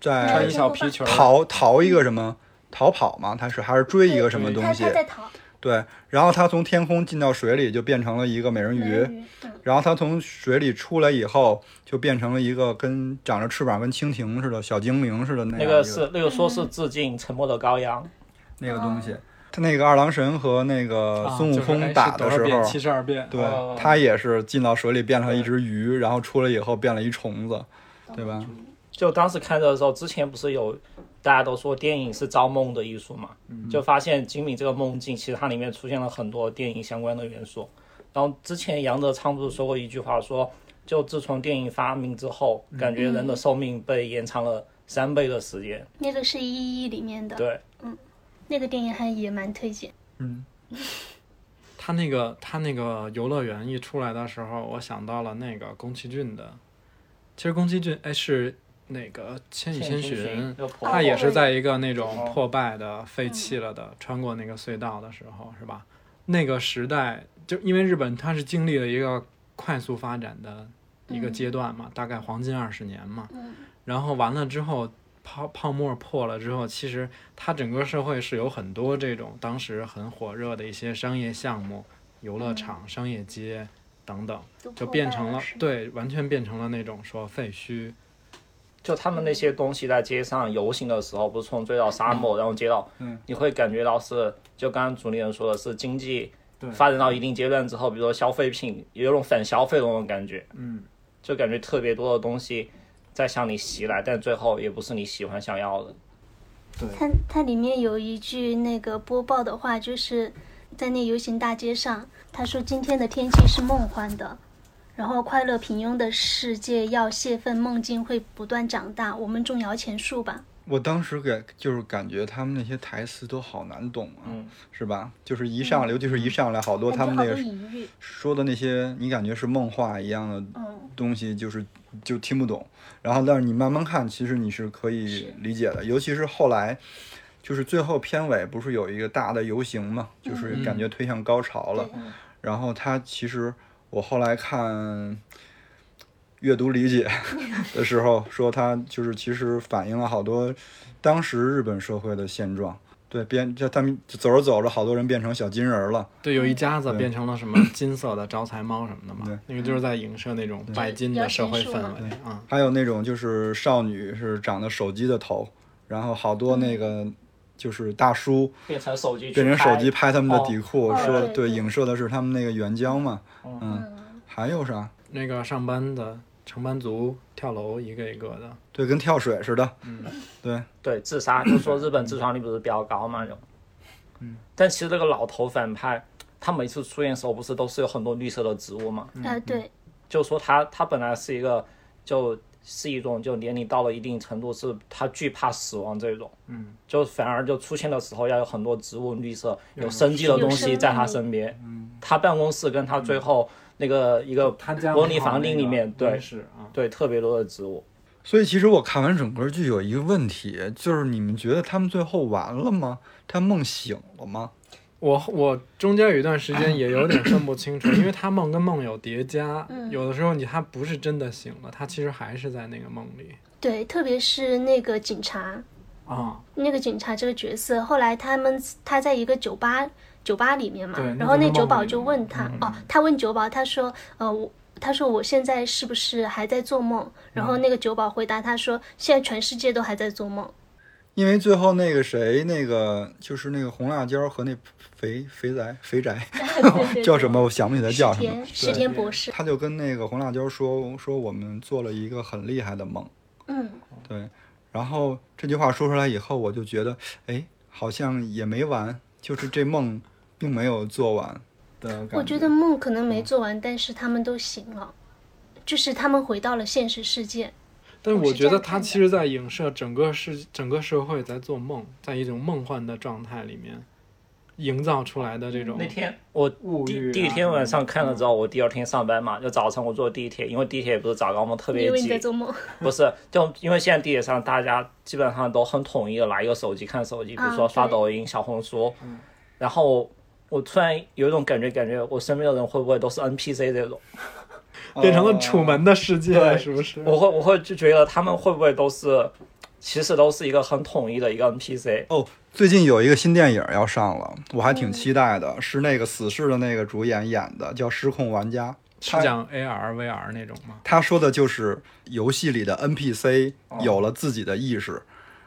[SPEAKER 1] 穿
[SPEAKER 2] 在
[SPEAKER 1] 一小皮裙儿，
[SPEAKER 2] 逃逃一个什么逃跑吗？他是还是追一个什么东
[SPEAKER 4] 他
[SPEAKER 2] 西
[SPEAKER 4] 他？在逃
[SPEAKER 2] 对，然后他从天空进到水里就变成了一个美人
[SPEAKER 4] 美
[SPEAKER 2] 鱼
[SPEAKER 4] 人，鱼，嗯
[SPEAKER 2] 然后他从水里出来以后就变成了一个跟长着翅膀跟蜻蜓似的小精灵似的那样
[SPEAKER 3] 那
[SPEAKER 2] 一
[SPEAKER 3] 个是那个说是致敬《沉默的羔羊
[SPEAKER 2] 那个东西。他那个二郎神和那个
[SPEAKER 1] 啊
[SPEAKER 2] 呃孙悟
[SPEAKER 1] 就是哎
[SPEAKER 2] 空
[SPEAKER 1] 是
[SPEAKER 2] 打的
[SPEAKER 1] 多少
[SPEAKER 2] 时
[SPEAKER 1] 遍
[SPEAKER 2] 候，
[SPEAKER 1] 七十二变，
[SPEAKER 2] 对、
[SPEAKER 3] 哦
[SPEAKER 2] 他也是进到水里变了一只鱼，然后出来以后变了一虫子，对吧？》。
[SPEAKER 3] 就当时看着的时候，之前不是有大家都说电影是造梦的艺术嘛，就发现金敏这个梦境，其实它里面出现了很多电影相关的元素。然后之前杨德昌不是说过一句话说，就自从电影发明之后，感觉人的寿命被延长了三倍的时间。
[SPEAKER 4] 那个是一一里面的，
[SPEAKER 3] 对，
[SPEAKER 4] 那个电影还也蛮推荐。
[SPEAKER 1] 他那个他那个游乐园一出来的时候，我想到了那个宫崎骏的，其实宫崎骏哎是那个《千与千寻》，
[SPEAKER 3] 就婆
[SPEAKER 1] 他
[SPEAKER 3] 婆
[SPEAKER 1] 也是在一个那种破败的、废弃了的，穿过那个隧道的时候，是吧？那个时代，就因为日本它是经历了一个快速发展的一个阶段嘛，大概黄金二十年嘛。然后完了之后，泡泡沫破了之后，其实它整个社会是有很多这种当时很火热的一些商业项目、游乐场、商业街等等，
[SPEAKER 4] 都
[SPEAKER 1] 就
[SPEAKER 4] 破
[SPEAKER 1] 变
[SPEAKER 4] 败
[SPEAKER 1] 成了
[SPEAKER 4] 是吗
[SPEAKER 1] 对，完全变成了那种说废墟。
[SPEAKER 3] 就他们那些东西在街上游行的时候，不是从追到沙漠，然后街道，
[SPEAKER 2] 嗯
[SPEAKER 3] 你会感觉到是，就刚刚主理人说的是经济
[SPEAKER 1] 对
[SPEAKER 3] 发展到一定阶段之后，比如说消费品有一种反消费的那种感觉，
[SPEAKER 1] 嗯，
[SPEAKER 3] 就感觉特别多的东西在向你袭来，但最后也不是你喜欢想要的。
[SPEAKER 4] 它它里面有一句那个播报的话，就是在那游行大街上，他说今天的天气是梦幻的，然后快乐平庸的世界要泄愤，梦境会不断长大，我们种摇钱树吧。
[SPEAKER 2] 我当时给就是感觉他们那些台词都好难懂啊，
[SPEAKER 3] 嗯
[SPEAKER 2] 是吧？就是一上来，尤其是一上来，好多他们那
[SPEAKER 4] 感觉
[SPEAKER 2] 个
[SPEAKER 4] 好多隐喻，
[SPEAKER 2] 说的那些，你感觉是梦话一样的
[SPEAKER 4] 嗯，
[SPEAKER 2] 东西，就是就听不懂。然后，但是你慢慢看，其实你是可以理解的。尤其是后来，就是最后片尾不是有一个大的游行嘛，就是感觉推向高潮了。
[SPEAKER 4] 嗯对
[SPEAKER 2] 然后它其实我后来看阅读理解的时候说，它就是其实反映了好多当时日本社会的现状。对，变就他们走着走着，好多人变成小金人儿了。
[SPEAKER 1] 对，有一家子变成了什么金色的招财猫什么的
[SPEAKER 2] 对
[SPEAKER 1] 嘛，那个就是在影射那种拜金的社会氛围啊。
[SPEAKER 2] 还有那种就是少女是长得手机的头，然后好多那个
[SPEAKER 4] 嗯
[SPEAKER 2] 就是大叔
[SPEAKER 3] 变成手机，
[SPEAKER 2] 变成手机，拍他们的底裤，
[SPEAKER 4] 哦
[SPEAKER 2] 说
[SPEAKER 4] 对对哦
[SPEAKER 2] 影射的是他们那个援交嘛。嗯，还有啥？
[SPEAKER 1] 那个上班的上班族跳楼一个一个的，
[SPEAKER 2] 对，跟跳水似的。
[SPEAKER 4] 嗯
[SPEAKER 2] 对，
[SPEAKER 3] 对，自杀， 就说日本自杀率不是比较高嘛，就，嗯，但其实这个老头反派，他每次出现的时候，不是都是有很多绿色的植物嘛，
[SPEAKER 1] 嗯
[SPEAKER 4] 呃，对，
[SPEAKER 3] 就说他他本来是一个就是一种就年龄到了一定程度是他惧怕死亡这种，嗯，就反而就出现的时候要有很多植物绿色有生机的东西在他身边，嗯，他办公室跟他最后那个一个
[SPEAKER 1] 他家
[SPEAKER 3] 玻璃房顶里面，对
[SPEAKER 1] 是啊，
[SPEAKER 3] 对特别多的植物，
[SPEAKER 2] 所以其实我看完整个剧有一个问题，就是你们觉得他们最后完了吗？他梦醒了吗？
[SPEAKER 1] 我我中间有一段时间也有点分不清楚，因为他梦跟梦有叠加，
[SPEAKER 4] 嗯
[SPEAKER 1] 有的时候你他不是真的醒了，他其实还是在那个梦里
[SPEAKER 4] 对，特别是那个警察，
[SPEAKER 1] 啊。
[SPEAKER 4] 那个警察这个角色，后来他们他在一个酒吧酒吧里面嘛
[SPEAKER 1] 对，
[SPEAKER 4] 然后
[SPEAKER 1] 那个
[SPEAKER 4] 那酒
[SPEAKER 1] 梦
[SPEAKER 4] 保
[SPEAKER 1] 里
[SPEAKER 4] 就
[SPEAKER 1] 面嗯
[SPEAKER 4] 问他，哦，他问酒保，他说，呃，我他说我现在是不是还在做梦？然
[SPEAKER 1] 嗯
[SPEAKER 4] 后那个酒保回答他说，现在全世界都还在做 梦。
[SPEAKER 2] 因为最后那个谁，那个就是那个红辣椒和那肥肥宅肥宅叫什么？我想不起来叫
[SPEAKER 4] 石
[SPEAKER 2] 什么。
[SPEAKER 4] 田石田博士，
[SPEAKER 2] 他就跟那个红辣椒说说我们做了一个很厉害的梦，
[SPEAKER 4] 嗯，
[SPEAKER 2] 对。然后这句话说出来以后，我就觉得，哎，好像也没完，就是这梦并没有做完的感
[SPEAKER 4] 我觉得梦
[SPEAKER 1] 嗯
[SPEAKER 4] 可能没做完，但是他们都醒了，就是他们回到了现实世界。
[SPEAKER 1] 但
[SPEAKER 4] 我
[SPEAKER 1] 我
[SPEAKER 4] 是
[SPEAKER 1] 觉
[SPEAKER 4] 这
[SPEAKER 1] 得
[SPEAKER 4] 样
[SPEAKER 1] 它
[SPEAKER 4] 看
[SPEAKER 1] 其
[SPEAKER 4] 的
[SPEAKER 1] 实在影射整个世整个社会在做梦，在一种梦幻的状态里面营造出来的这种
[SPEAKER 3] 那天我
[SPEAKER 1] 物欲
[SPEAKER 3] 第
[SPEAKER 1] 啊
[SPEAKER 3] 第一天晚上看了之后，我第二天上班嘛，就早晨我坐地铁，因为地铁也不是早高峰特
[SPEAKER 4] 因
[SPEAKER 3] 别
[SPEAKER 4] 为你在
[SPEAKER 3] 挤，
[SPEAKER 4] 做梦，
[SPEAKER 3] 不是就因为现在地铁上大家基本上都很统一的拿一个手机看手机，比如
[SPEAKER 4] 啊
[SPEAKER 3] 说刷
[SPEAKER 4] 对
[SPEAKER 3] 抖音、小红书，
[SPEAKER 1] 嗯
[SPEAKER 3] 然后我突然有一种感觉，感觉我身边的人会不会都是 NPC 这种？
[SPEAKER 1] 变成了楚门的世界，
[SPEAKER 3] 哦对
[SPEAKER 1] 是不是？
[SPEAKER 3] 我会我会就觉得他们会不会都是，其实都是一个很统一的一个 NPC。
[SPEAKER 2] 哦，最近有一个新电影要上了，我还挺期待的，是那个死侍的那个主演演的，叫《失控玩家》。
[SPEAKER 1] 是讲 AR、VR 那种吗？
[SPEAKER 2] 他说的就是游戏里的 NPC 有了自己的意识。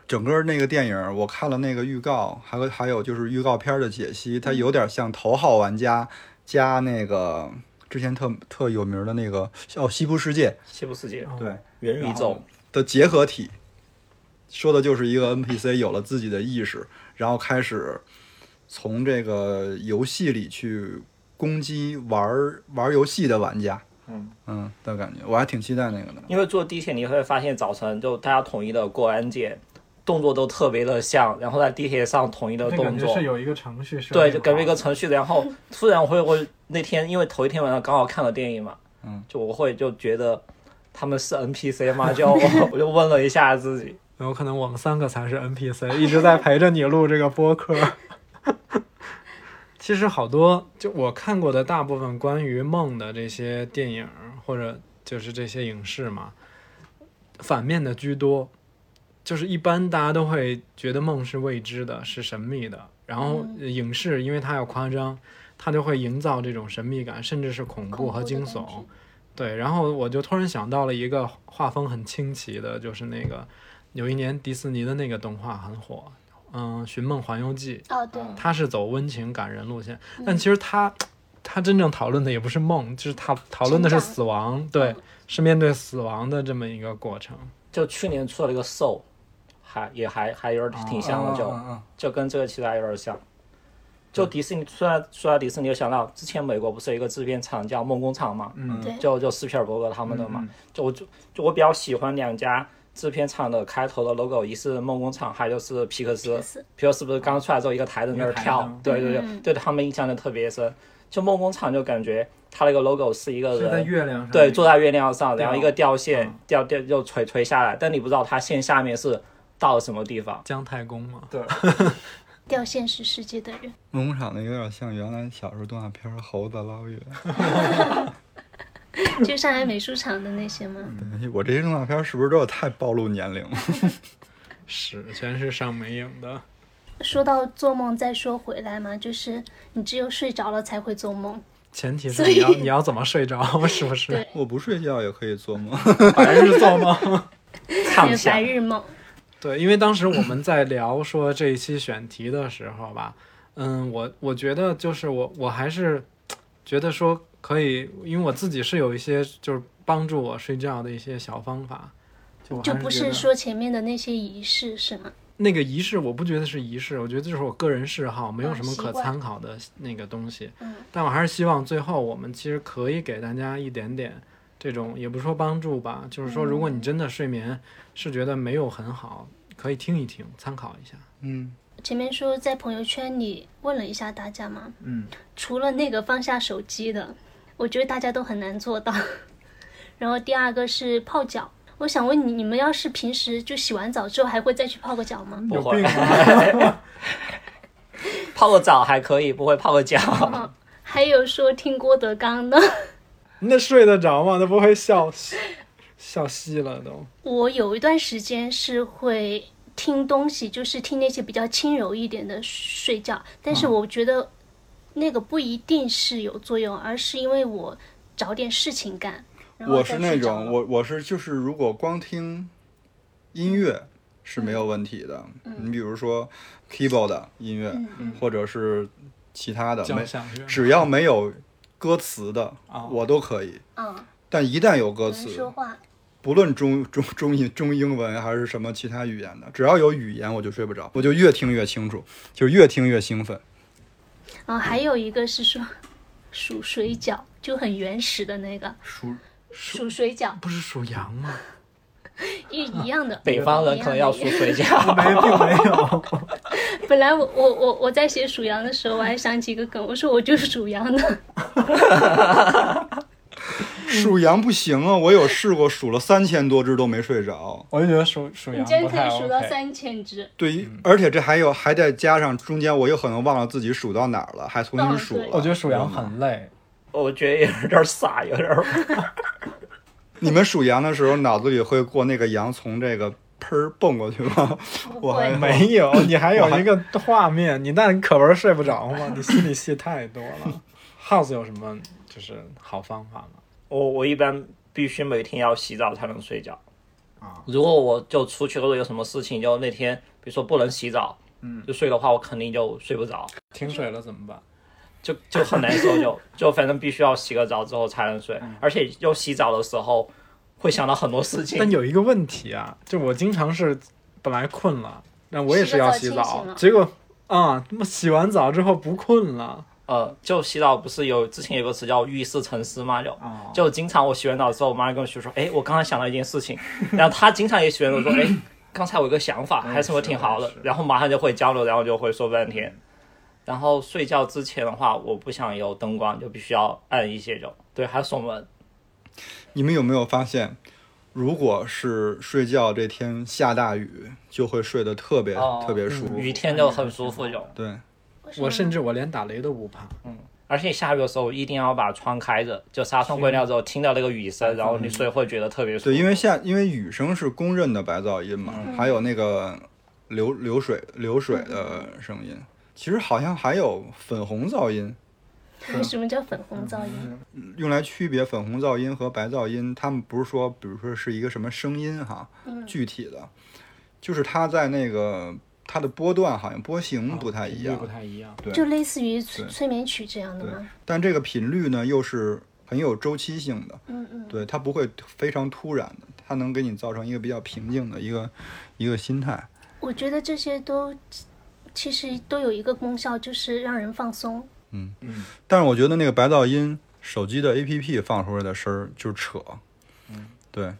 [SPEAKER 2] 整个那个电影，我看了那个预告，还有还有就是预告片的解析，它有点像《头号玩家》加那个之前特特有名的那个哦《西部世界
[SPEAKER 3] 西部世界、》
[SPEAKER 2] 对
[SPEAKER 3] 元宇宙，
[SPEAKER 2] 的结合体，说的就是一个 NPC 有了自己的意识，然后开始从这个游戏里去攻击玩儿玩儿游戏的玩家。
[SPEAKER 3] 嗯
[SPEAKER 2] 嗯的感觉，我还挺期待那个的。
[SPEAKER 3] 因为坐地铁你会发现早晨就大家统一的过安检，动作都特别的像，然后在地铁上统一的
[SPEAKER 1] 那感
[SPEAKER 3] 动
[SPEAKER 1] 觉
[SPEAKER 3] 作，
[SPEAKER 1] 是有一个程序设
[SPEAKER 3] 对，
[SPEAKER 1] 定
[SPEAKER 3] 就感觉
[SPEAKER 1] 好
[SPEAKER 3] 一个程序。然后突然会我那天因为头一天晚上刚好看了电影嘛，
[SPEAKER 2] 嗯，
[SPEAKER 3] 就我会就觉得他们是 NPC 吗？就我就问了一下自己，
[SPEAKER 1] 有可能我们三个才是 NPC，一直在陪着你录这个播客。 其实好多就我看过的大部分关于梦的这些电影或者就是这些影视嘛，反面的居多，就是一般大家都会觉得梦是未知的，是神秘的。然后
[SPEAKER 4] 嗯
[SPEAKER 1] 影视因为它要夸张，它就会营造这种神秘感，甚至是恐
[SPEAKER 4] 恐
[SPEAKER 1] 怖和
[SPEAKER 4] 怖的
[SPEAKER 1] 惊悚
[SPEAKER 4] 感觉。
[SPEAKER 1] 对，然后我就突然想到了一个画风很清奇的，就是那个有一年迪士尼的那个动画很火，嗯，《寻梦环游记
[SPEAKER 4] 哦对，》，
[SPEAKER 3] 嗯
[SPEAKER 1] 它是走温情感人路线，
[SPEAKER 4] 嗯
[SPEAKER 1] 但其实它它真正讨论的也不是梦，就是它讨论的是
[SPEAKER 4] 成长
[SPEAKER 1] 死亡，对，
[SPEAKER 4] 嗯
[SPEAKER 1] 是面对死亡的这么一个过程。
[SPEAKER 3] 就去年出了一个 Soul，还也还还有点挺像的，就、
[SPEAKER 2] 嗯嗯嗯
[SPEAKER 3] 就跟这个其实还有点像。就迪士尼，说到说到迪士尼，就想到之前美国不是有一个制片厂叫梦工厂嘛，
[SPEAKER 1] 嗯
[SPEAKER 4] 对
[SPEAKER 3] 就就斯皮尔伯格他们的嘛，就我就就我比较喜欢两家制片厂的开头的 logo，一是梦工厂，还有就是皮克斯。
[SPEAKER 4] 皮克斯
[SPEAKER 3] 皮克斯不是刚出来之后一个台子在那儿
[SPEAKER 1] 一
[SPEAKER 3] 跳
[SPEAKER 1] 个台，
[SPEAKER 3] 对对对，对他们印象就特别深。就梦工厂就感觉它那个 logo 是一个
[SPEAKER 1] 是在
[SPEAKER 3] 人。
[SPEAKER 1] 月 亮上，
[SPEAKER 3] 对，坐在月亮上，然后一个吊线
[SPEAKER 1] 嗯
[SPEAKER 3] 吊吊就垂垂下来，但你不知道它线下面是到了什么地 方。
[SPEAKER 1] 姜太公嘛，
[SPEAKER 4] 掉现实世界的人，
[SPEAKER 2] 梦工厂那有点像原来小时候动画片《猴子捞月
[SPEAKER 4] 就上海美术厂的那些吗？》。
[SPEAKER 1] 嗯
[SPEAKER 2] 哎我这些动画片是不是都有太暴露年龄 了？
[SPEAKER 1] 是全是上美影的。
[SPEAKER 4] 说到做梦，再说回来嘛，就是你只有睡着了才会做梦，
[SPEAKER 1] 前提是
[SPEAKER 4] 所
[SPEAKER 1] 你要
[SPEAKER 4] 以
[SPEAKER 1] 你要怎么睡着， 是不是
[SPEAKER 4] 对？
[SPEAKER 2] 我不睡觉也可以做梦。
[SPEAKER 1] 白日做梦。
[SPEAKER 3] 畅想
[SPEAKER 4] 白日梦。
[SPEAKER 1] 对，因为当时我们在聊说这一期选题的时候吧，嗯，我我觉得就是我我还是觉得说可以，因为我自己是有一些就是帮助我睡觉的一些小方法，就我
[SPEAKER 4] 就
[SPEAKER 1] 还
[SPEAKER 4] 不
[SPEAKER 1] 觉得
[SPEAKER 4] 是说前面的那些仪式是吗？
[SPEAKER 1] 那个仪式，我不觉得是仪式，我觉得就是我个人嗜好，没有
[SPEAKER 4] 嗯
[SPEAKER 1] 什么
[SPEAKER 4] 习
[SPEAKER 1] 可
[SPEAKER 4] 惯
[SPEAKER 1] 参考的那个东西。
[SPEAKER 4] 嗯
[SPEAKER 1] 但我还是希望最后我们其实可以给大家一点点这种，也不是说帮助吧，就是说如果
[SPEAKER 4] 嗯
[SPEAKER 1] 你真的睡眠是觉得没有很好，可以听一听，参考一下。
[SPEAKER 2] 嗯，
[SPEAKER 4] 前面说在朋友圈里问了一下大家嘛，
[SPEAKER 1] 嗯，
[SPEAKER 4] 除了那个放下手机的，我觉得大家都很难做到。 然后第二个是泡脚，我想问你，你们要是平时就洗完澡之后还会再去泡个脚吗？
[SPEAKER 3] 不
[SPEAKER 1] 有
[SPEAKER 3] 会
[SPEAKER 1] 病啊吗？
[SPEAKER 3] 泡个澡还可以，不会泡 个脚。
[SPEAKER 4] 还有说听郭德纲的，
[SPEAKER 1] 那睡得着吗？那不会笑死笑稀了都。
[SPEAKER 4] 我有一段时间是会听东西，就是听那些比较轻柔一点的睡觉，但
[SPEAKER 2] 嗯
[SPEAKER 4] 是我觉得那个不一定是有作用，而是因为我找点事情干。然后
[SPEAKER 2] 我
[SPEAKER 4] 再
[SPEAKER 2] 是那
[SPEAKER 4] 睡着
[SPEAKER 2] 种
[SPEAKER 4] 了
[SPEAKER 2] 我我是就是如果光听音乐是没有问题的，
[SPEAKER 4] 嗯
[SPEAKER 2] 你比如说 keyboard 的音乐，或者是其他的，
[SPEAKER 1] 交
[SPEAKER 2] 没
[SPEAKER 1] 响乐
[SPEAKER 2] 只要没有歌词的，
[SPEAKER 1] 哦
[SPEAKER 2] 我都可以。
[SPEAKER 4] 嗯，
[SPEAKER 2] 但一旦有
[SPEAKER 4] 有
[SPEAKER 2] 歌
[SPEAKER 4] 人说
[SPEAKER 2] 词，
[SPEAKER 4] 话，
[SPEAKER 2] 不论中 中中英中英文还是什么其他语言的，只要有语言我就睡不着，我就越听越清楚，就是越听越兴奋。
[SPEAKER 4] 然后哦还有一个是说数水饺，就很原始的那个
[SPEAKER 2] 数
[SPEAKER 4] 数水饺，
[SPEAKER 1] 不是属羊吗？
[SPEAKER 4] 一一样的。
[SPEAKER 3] 北方人可能要
[SPEAKER 4] 一
[SPEAKER 3] 数
[SPEAKER 4] 样的
[SPEAKER 3] 睡觉。
[SPEAKER 1] 没并没 有，
[SPEAKER 4] 本来我我我我在写属羊的时候，我还想起一个梗，我说我就是属羊的，
[SPEAKER 2] 数羊不行啊，我有试过，数了三千多只都没睡着。
[SPEAKER 1] 我就觉得属属
[SPEAKER 4] 你
[SPEAKER 1] 羊
[SPEAKER 4] 真
[SPEAKER 1] 不
[SPEAKER 4] 可
[SPEAKER 1] 太
[SPEAKER 4] 以数到
[SPEAKER 1] OK。
[SPEAKER 4] 三千只。
[SPEAKER 2] 对，而且这还有还得加上中间，我有可能忘了自己数到哪儿了，还重新数了。
[SPEAKER 1] 我觉得属羊很累，
[SPEAKER 3] 我觉得有点傻，有点
[SPEAKER 2] 你们数羊的时候，脑子里会过那个羊从这个喷儿蹦过去吗？ 我还
[SPEAKER 4] 会
[SPEAKER 1] 没有，你还有一个画面，你那可不是睡不着吗？你心里戏太多了。House 有什么就是好方法吗？
[SPEAKER 3] 我我一般必须每天要洗澡才能睡觉。
[SPEAKER 1] 啊，
[SPEAKER 3] 如果我就出去，如果有什么事情，就那天比如说不能洗澡，
[SPEAKER 1] 嗯
[SPEAKER 3] 就睡的话，我肯定就睡不着，
[SPEAKER 1] 停水了怎么办？
[SPEAKER 3] 就就很难受，就就反正必须要洗个澡之后才能
[SPEAKER 1] 嗯
[SPEAKER 3] 睡，而且又洗澡的时候会想到很多事情
[SPEAKER 1] 但。有一个问题啊，就我经常是本来困了，那我也是要洗
[SPEAKER 4] 洗个澡清
[SPEAKER 1] 澡
[SPEAKER 4] 醒，了
[SPEAKER 1] 结果啊，他妈洗完澡之后不困了，
[SPEAKER 3] 呃，就洗澡不是有之前有个词叫浴室沉思吗？就
[SPEAKER 1] 哦
[SPEAKER 3] 就经常我洗完澡之后，我妈跟我说说，哎，我刚才想到一件事情，然后她经常也洗完澡说，哎，刚才我有个想法，还是我挺好
[SPEAKER 1] 我
[SPEAKER 3] 的
[SPEAKER 1] 嗯也是，
[SPEAKER 3] 然后马上就会交流，然后就会说半天。然后睡觉之前的话，我不想有灯光，就必须要暗一些就，对，还有锁门。
[SPEAKER 2] 你们有没有发现，如果是睡觉这天下大雨，就会睡得特别、
[SPEAKER 3] 哦
[SPEAKER 2] 特别舒服。
[SPEAKER 3] 雨天就很舒服就，
[SPEAKER 2] 对，
[SPEAKER 1] 我甚至我连打雷都不怕。
[SPEAKER 3] 而且下雨的时候一定要把窗开着，就纱窗关掉之后，听到那个雨声，然后
[SPEAKER 1] 嗯
[SPEAKER 3] 你睡会觉得特别舒服。
[SPEAKER 2] 对，因为下因为雨声是公认的白噪音嘛，
[SPEAKER 1] 嗯
[SPEAKER 2] 还有那个流流水流水的声音，其实好像还有粉红噪音，
[SPEAKER 4] 为什么叫粉红噪
[SPEAKER 1] 嗯
[SPEAKER 4] 音？
[SPEAKER 2] 用来区别粉红噪音和白噪音。他们不是说，比如说是一个什么声音哈，
[SPEAKER 1] 嗯
[SPEAKER 2] 具体的，就是它在那个它的波段好像波形不太
[SPEAKER 1] 啊频
[SPEAKER 2] 一
[SPEAKER 1] 率
[SPEAKER 2] 样，
[SPEAKER 1] 不太一样。
[SPEAKER 2] 对
[SPEAKER 4] 就类似于催催眠曲这样的吗？
[SPEAKER 2] 但这个频率呢又是很有周期性的，
[SPEAKER 4] 嗯嗯，
[SPEAKER 2] 对，它不会非常突然的，它能给你造成一个比较平静的一个一个心态。
[SPEAKER 4] 我觉得这些都其实都有一个功效，就是让人放松。
[SPEAKER 2] 但是我觉得那个白噪音，手机的 APP 放出来的声儿就是扯，对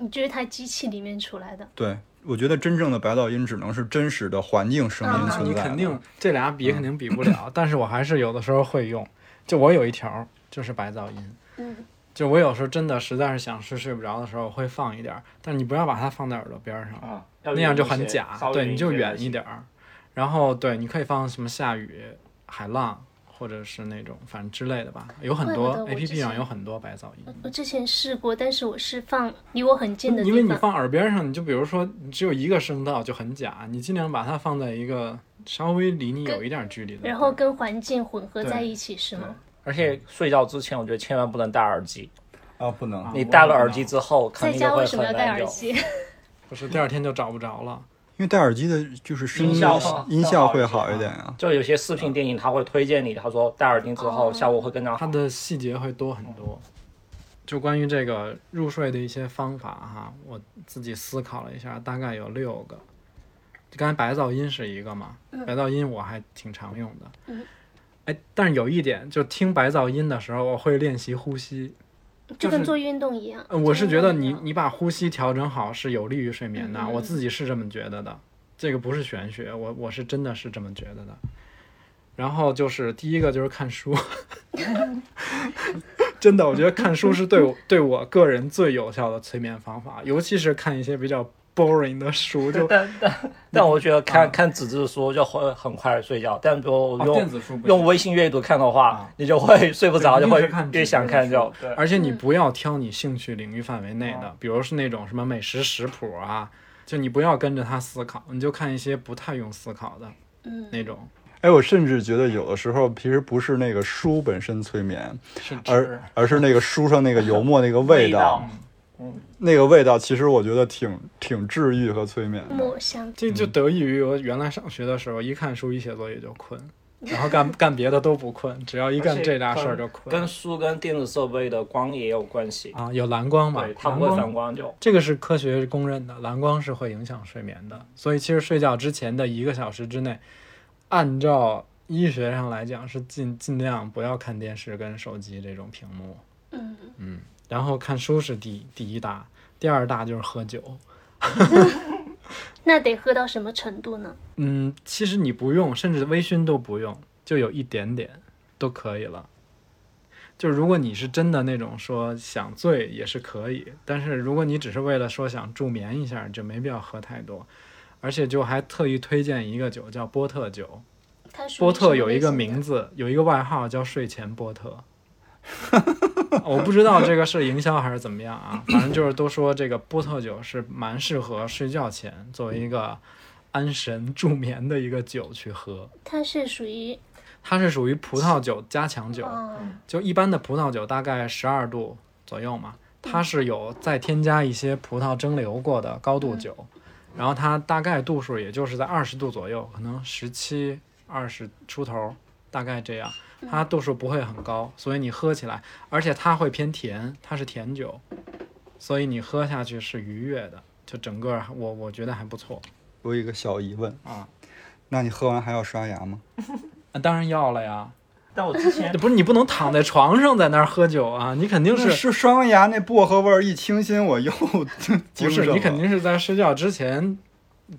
[SPEAKER 4] 你觉得它机器里面出来的？
[SPEAKER 2] 对，我觉得真正的白噪音只能是真实的环境声音
[SPEAKER 4] 嗯
[SPEAKER 2] 存在的。
[SPEAKER 1] 啊你肯定这俩比肯定比不了，但是我还是有的时候会用。就我有一条儿就是白噪音，
[SPEAKER 4] 嗯，
[SPEAKER 1] 就我有时候真的实在是想睡睡不着的时候我会放一点儿，但你不要把它放在耳朵边儿上，
[SPEAKER 3] 啊，
[SPEAKER 1] 那样就很假。对，你就远一点儿。然后对，你可以放什么下雨、海浪，或者是那种反正之类的吧，有很多
[SPEAKER 4] 怪不得
[SPEAKER 1] A
[SPEAKER 4] 我
[SPEAKER 1] P
[SPEAKER 4] 之前
[SPEAKER 1] P 上有很多白噪音。
[SPEAKER 4] 我之前试过，但是我是放离我很近的地
[SPEAKER 1] 因
[SPEAKER 4] 方。
[SPEAKER 1] 为你放耳边上，你就比如说你只有一个声道就很假，你尽量把它放在一个稍微离你有一点距离的地方。
[SPEAKER 4] 然后跟环境混合在
[SPEAKER 1] 对
[SPEAKER 4] 一起是吗？
[SPEAKER 3] 而且睡觉之前，我觉得千万不能戴耳机。
[SPEAKER 2] 啊，不能
[SPEAKER 3] 你戴了耳机之后，肯
[SPEAKER 4] 在
[SPEAKER 3] 定就
[SPEAKER 4] 家为
[SPEAKER 3] 会
[SPEAKER 4] 什么要
[SPEAKER 3] 很
[SPEAKER 4] 戴
[SPEAKER 3] 难受。
[SPEAKER 4] 耳机？
[SPEAKER 1] 不是第二天就找不着了。
[SPEAKER 2] 因为戴耳机的就是声音
[SPEAKER 3] 音效
[SPEAKER 2] 音效会好一点啊。
[SPEAKER 3] 就有些视频电影，他会推荐你，他说戴耳钉之
[SPEAKER 4] 哦
[SPEAKER 3] 后效果会更加
[SPEAKER 1] 它
[SPEAKER 3] 好。
[SPEAKER 1] 的细节会多很多。就关于这个入睡的一些方法哈，我自己思考了一下，大概有六个。就刚才白噪音是一个嘛，
[SPEAKER 2] 嗯
[SPEAKER 1] 白噪音我还挺常用的。哎，但是有一点，就听白噪音的时候，我会练习呼吸。
[SPEAKER 4] 就
[SPEAKER 1] 就
[SPEAKER 4] 跟
[SPEAKER 1] 是
[SPEAKER 4] 做运动一样。
[SPEAKER 1] 呃我是觉得你
[SPEAKER 4] 做运动一样
[SPEAKER 1] 你把呼吸调整好是有利于睡眠的，我自己是这么觉得的，这个不是玄学，我我是真的是这么觉得的。然后就是第一个就是看书，真的，我觉得看书是对我对我个人最有效的催眠方法，尤其是看一些比较 boring 的书，就
[SPEAKER 3] 但但 但我觉得看看纸质书就会很快睡觉，但比如
[SPEAKER 1] 哦
[SPEAKER 3] 用
[SPEAKER 1] 子书不行
[SPEAKER 3] 用微信阅读看的话
[SPEAKER 1] 啊，
[SPEAKER 3] 你就会睡不着，
[SPEAKER 1] 对
[SPEAKER 3] 就
[SPEAKER 1] 一定是
[SPEAKER 3] 会
[SPEAKER 1] 看纸质
[SPEAKER 3] 越想看就对。
[SPEAKER 1] 而且你不要挑你兴趣领域范围内的，比如是那种什么美食食谱啊，就你不要跟着他思考，你就看一些不太用思考的
[SPEAKER 4] 嗯，
[SPEAKER 1] 那种，
[SPEAKER 2] 哎，我甚至觉得有的时候其实不是那个书本身催眠，
[SPEAKER 1] 是
[SPEAKER 2] 而而是那个书上那个油墨那个味道，那个味道其实我觉得挺挺治愈和催眠的。
[SPEAKER 4] 墨香
[SPEAKER 1] 这就得益于我原来上学的时候，一看书一写作业就困，然后干 干别的都不困，只要一干这俩事儿就
[SPEAKER 3] 跟
[SPEAKER 1] 困。
[SPEAKER 3] 书跟电子设备的光也有关系，
[SPEAKER 1] 啊，有蓝光嘛
[SPEAKER 3] 对，？它
[SPEAKER 1] 蓝
[SPEAKER 3] 不会反
[SPEAKER 1] 光
[SPEAKER 3] 光就。
[SPEAKER 1] 这个是科学公认的，蓝光是会影响睡眠的。所以其实睡觉之前的一个小时之内，按照医学上来讲是尽尽量不要看电视跟手机这种屏幕。
[SPEAKER 4] 嗯
[SPEAKER 1] 嗯，然后看书是第第一大，第二大就是喝酒。
[SPEAKER 4] 那得喝到什么程度呢？
[SPEAKER 1] 嗯，其实你不用，甚至微醺都不用，就有一点点都可以了。就如果你是真的那种说想醉也是可以，但是如果你只是为了说想助眠一下，就没必要喝太多。而且就还特意推荐一个酒叫波特酒，
[SPEAKER 4] 它属于
[SPEAKER 1] 波特
[SPEAKER 4] 什么
[SPEAKER 1] 有一
[SPEAKER 4] 类
[SPEAKER 1] 个
[SPEAKER 4] 型的
[SPEAKER 1] 名字，有一个外号叫睡前波特。我不知道这个是营销还是怎么样啊，反正就是都说这个波特酒是蛮适合睡觉前作为一个安神助眠的一个酒去喝。
[SPEAKER 4] 它是属于
[SPEAKER 1] 它是属于葡萄酒加强酒，
[SPEAKER 4] 嗯
[SPEAKER 1] 就一般的葡萄酒大概十二度左右嘛，它是有再添加一些葡萄蒸馏过的高度酒，然后它大概度数也就是在二十度左右，可能十七、二十出头，大概这样。它度数不会很高，所以你喝起来，而且它会偏甜，它是甜酒，所以你喝下去是愉悦的，就整个我我觉得还不错
[SPEAKER 2] 我有一个小疑问，
[SPEAKER 1] 啊。
[SPEAKER 2] 那你喝完还要刷牙吗？
[SPEAKER 1] 那啊当然要了呀，
[SPEAKER 3] 但我之前
[SPEAKER 1] 不是你不能躺在床上在那儿喝酒啊，你肯定
[SPEAKER 2] 那
[SPEAKER 1] 是
[SPEAKER 2] 是刷完牙那薄荷味儿一清新，我又 精
[SPEAKER 1] 不
[SPEAKER 2] 神
[SPEAKER 1] 是，你
[SPEAKER 2] 了
[SPEAKER 1] 肯定是在睡觉之前，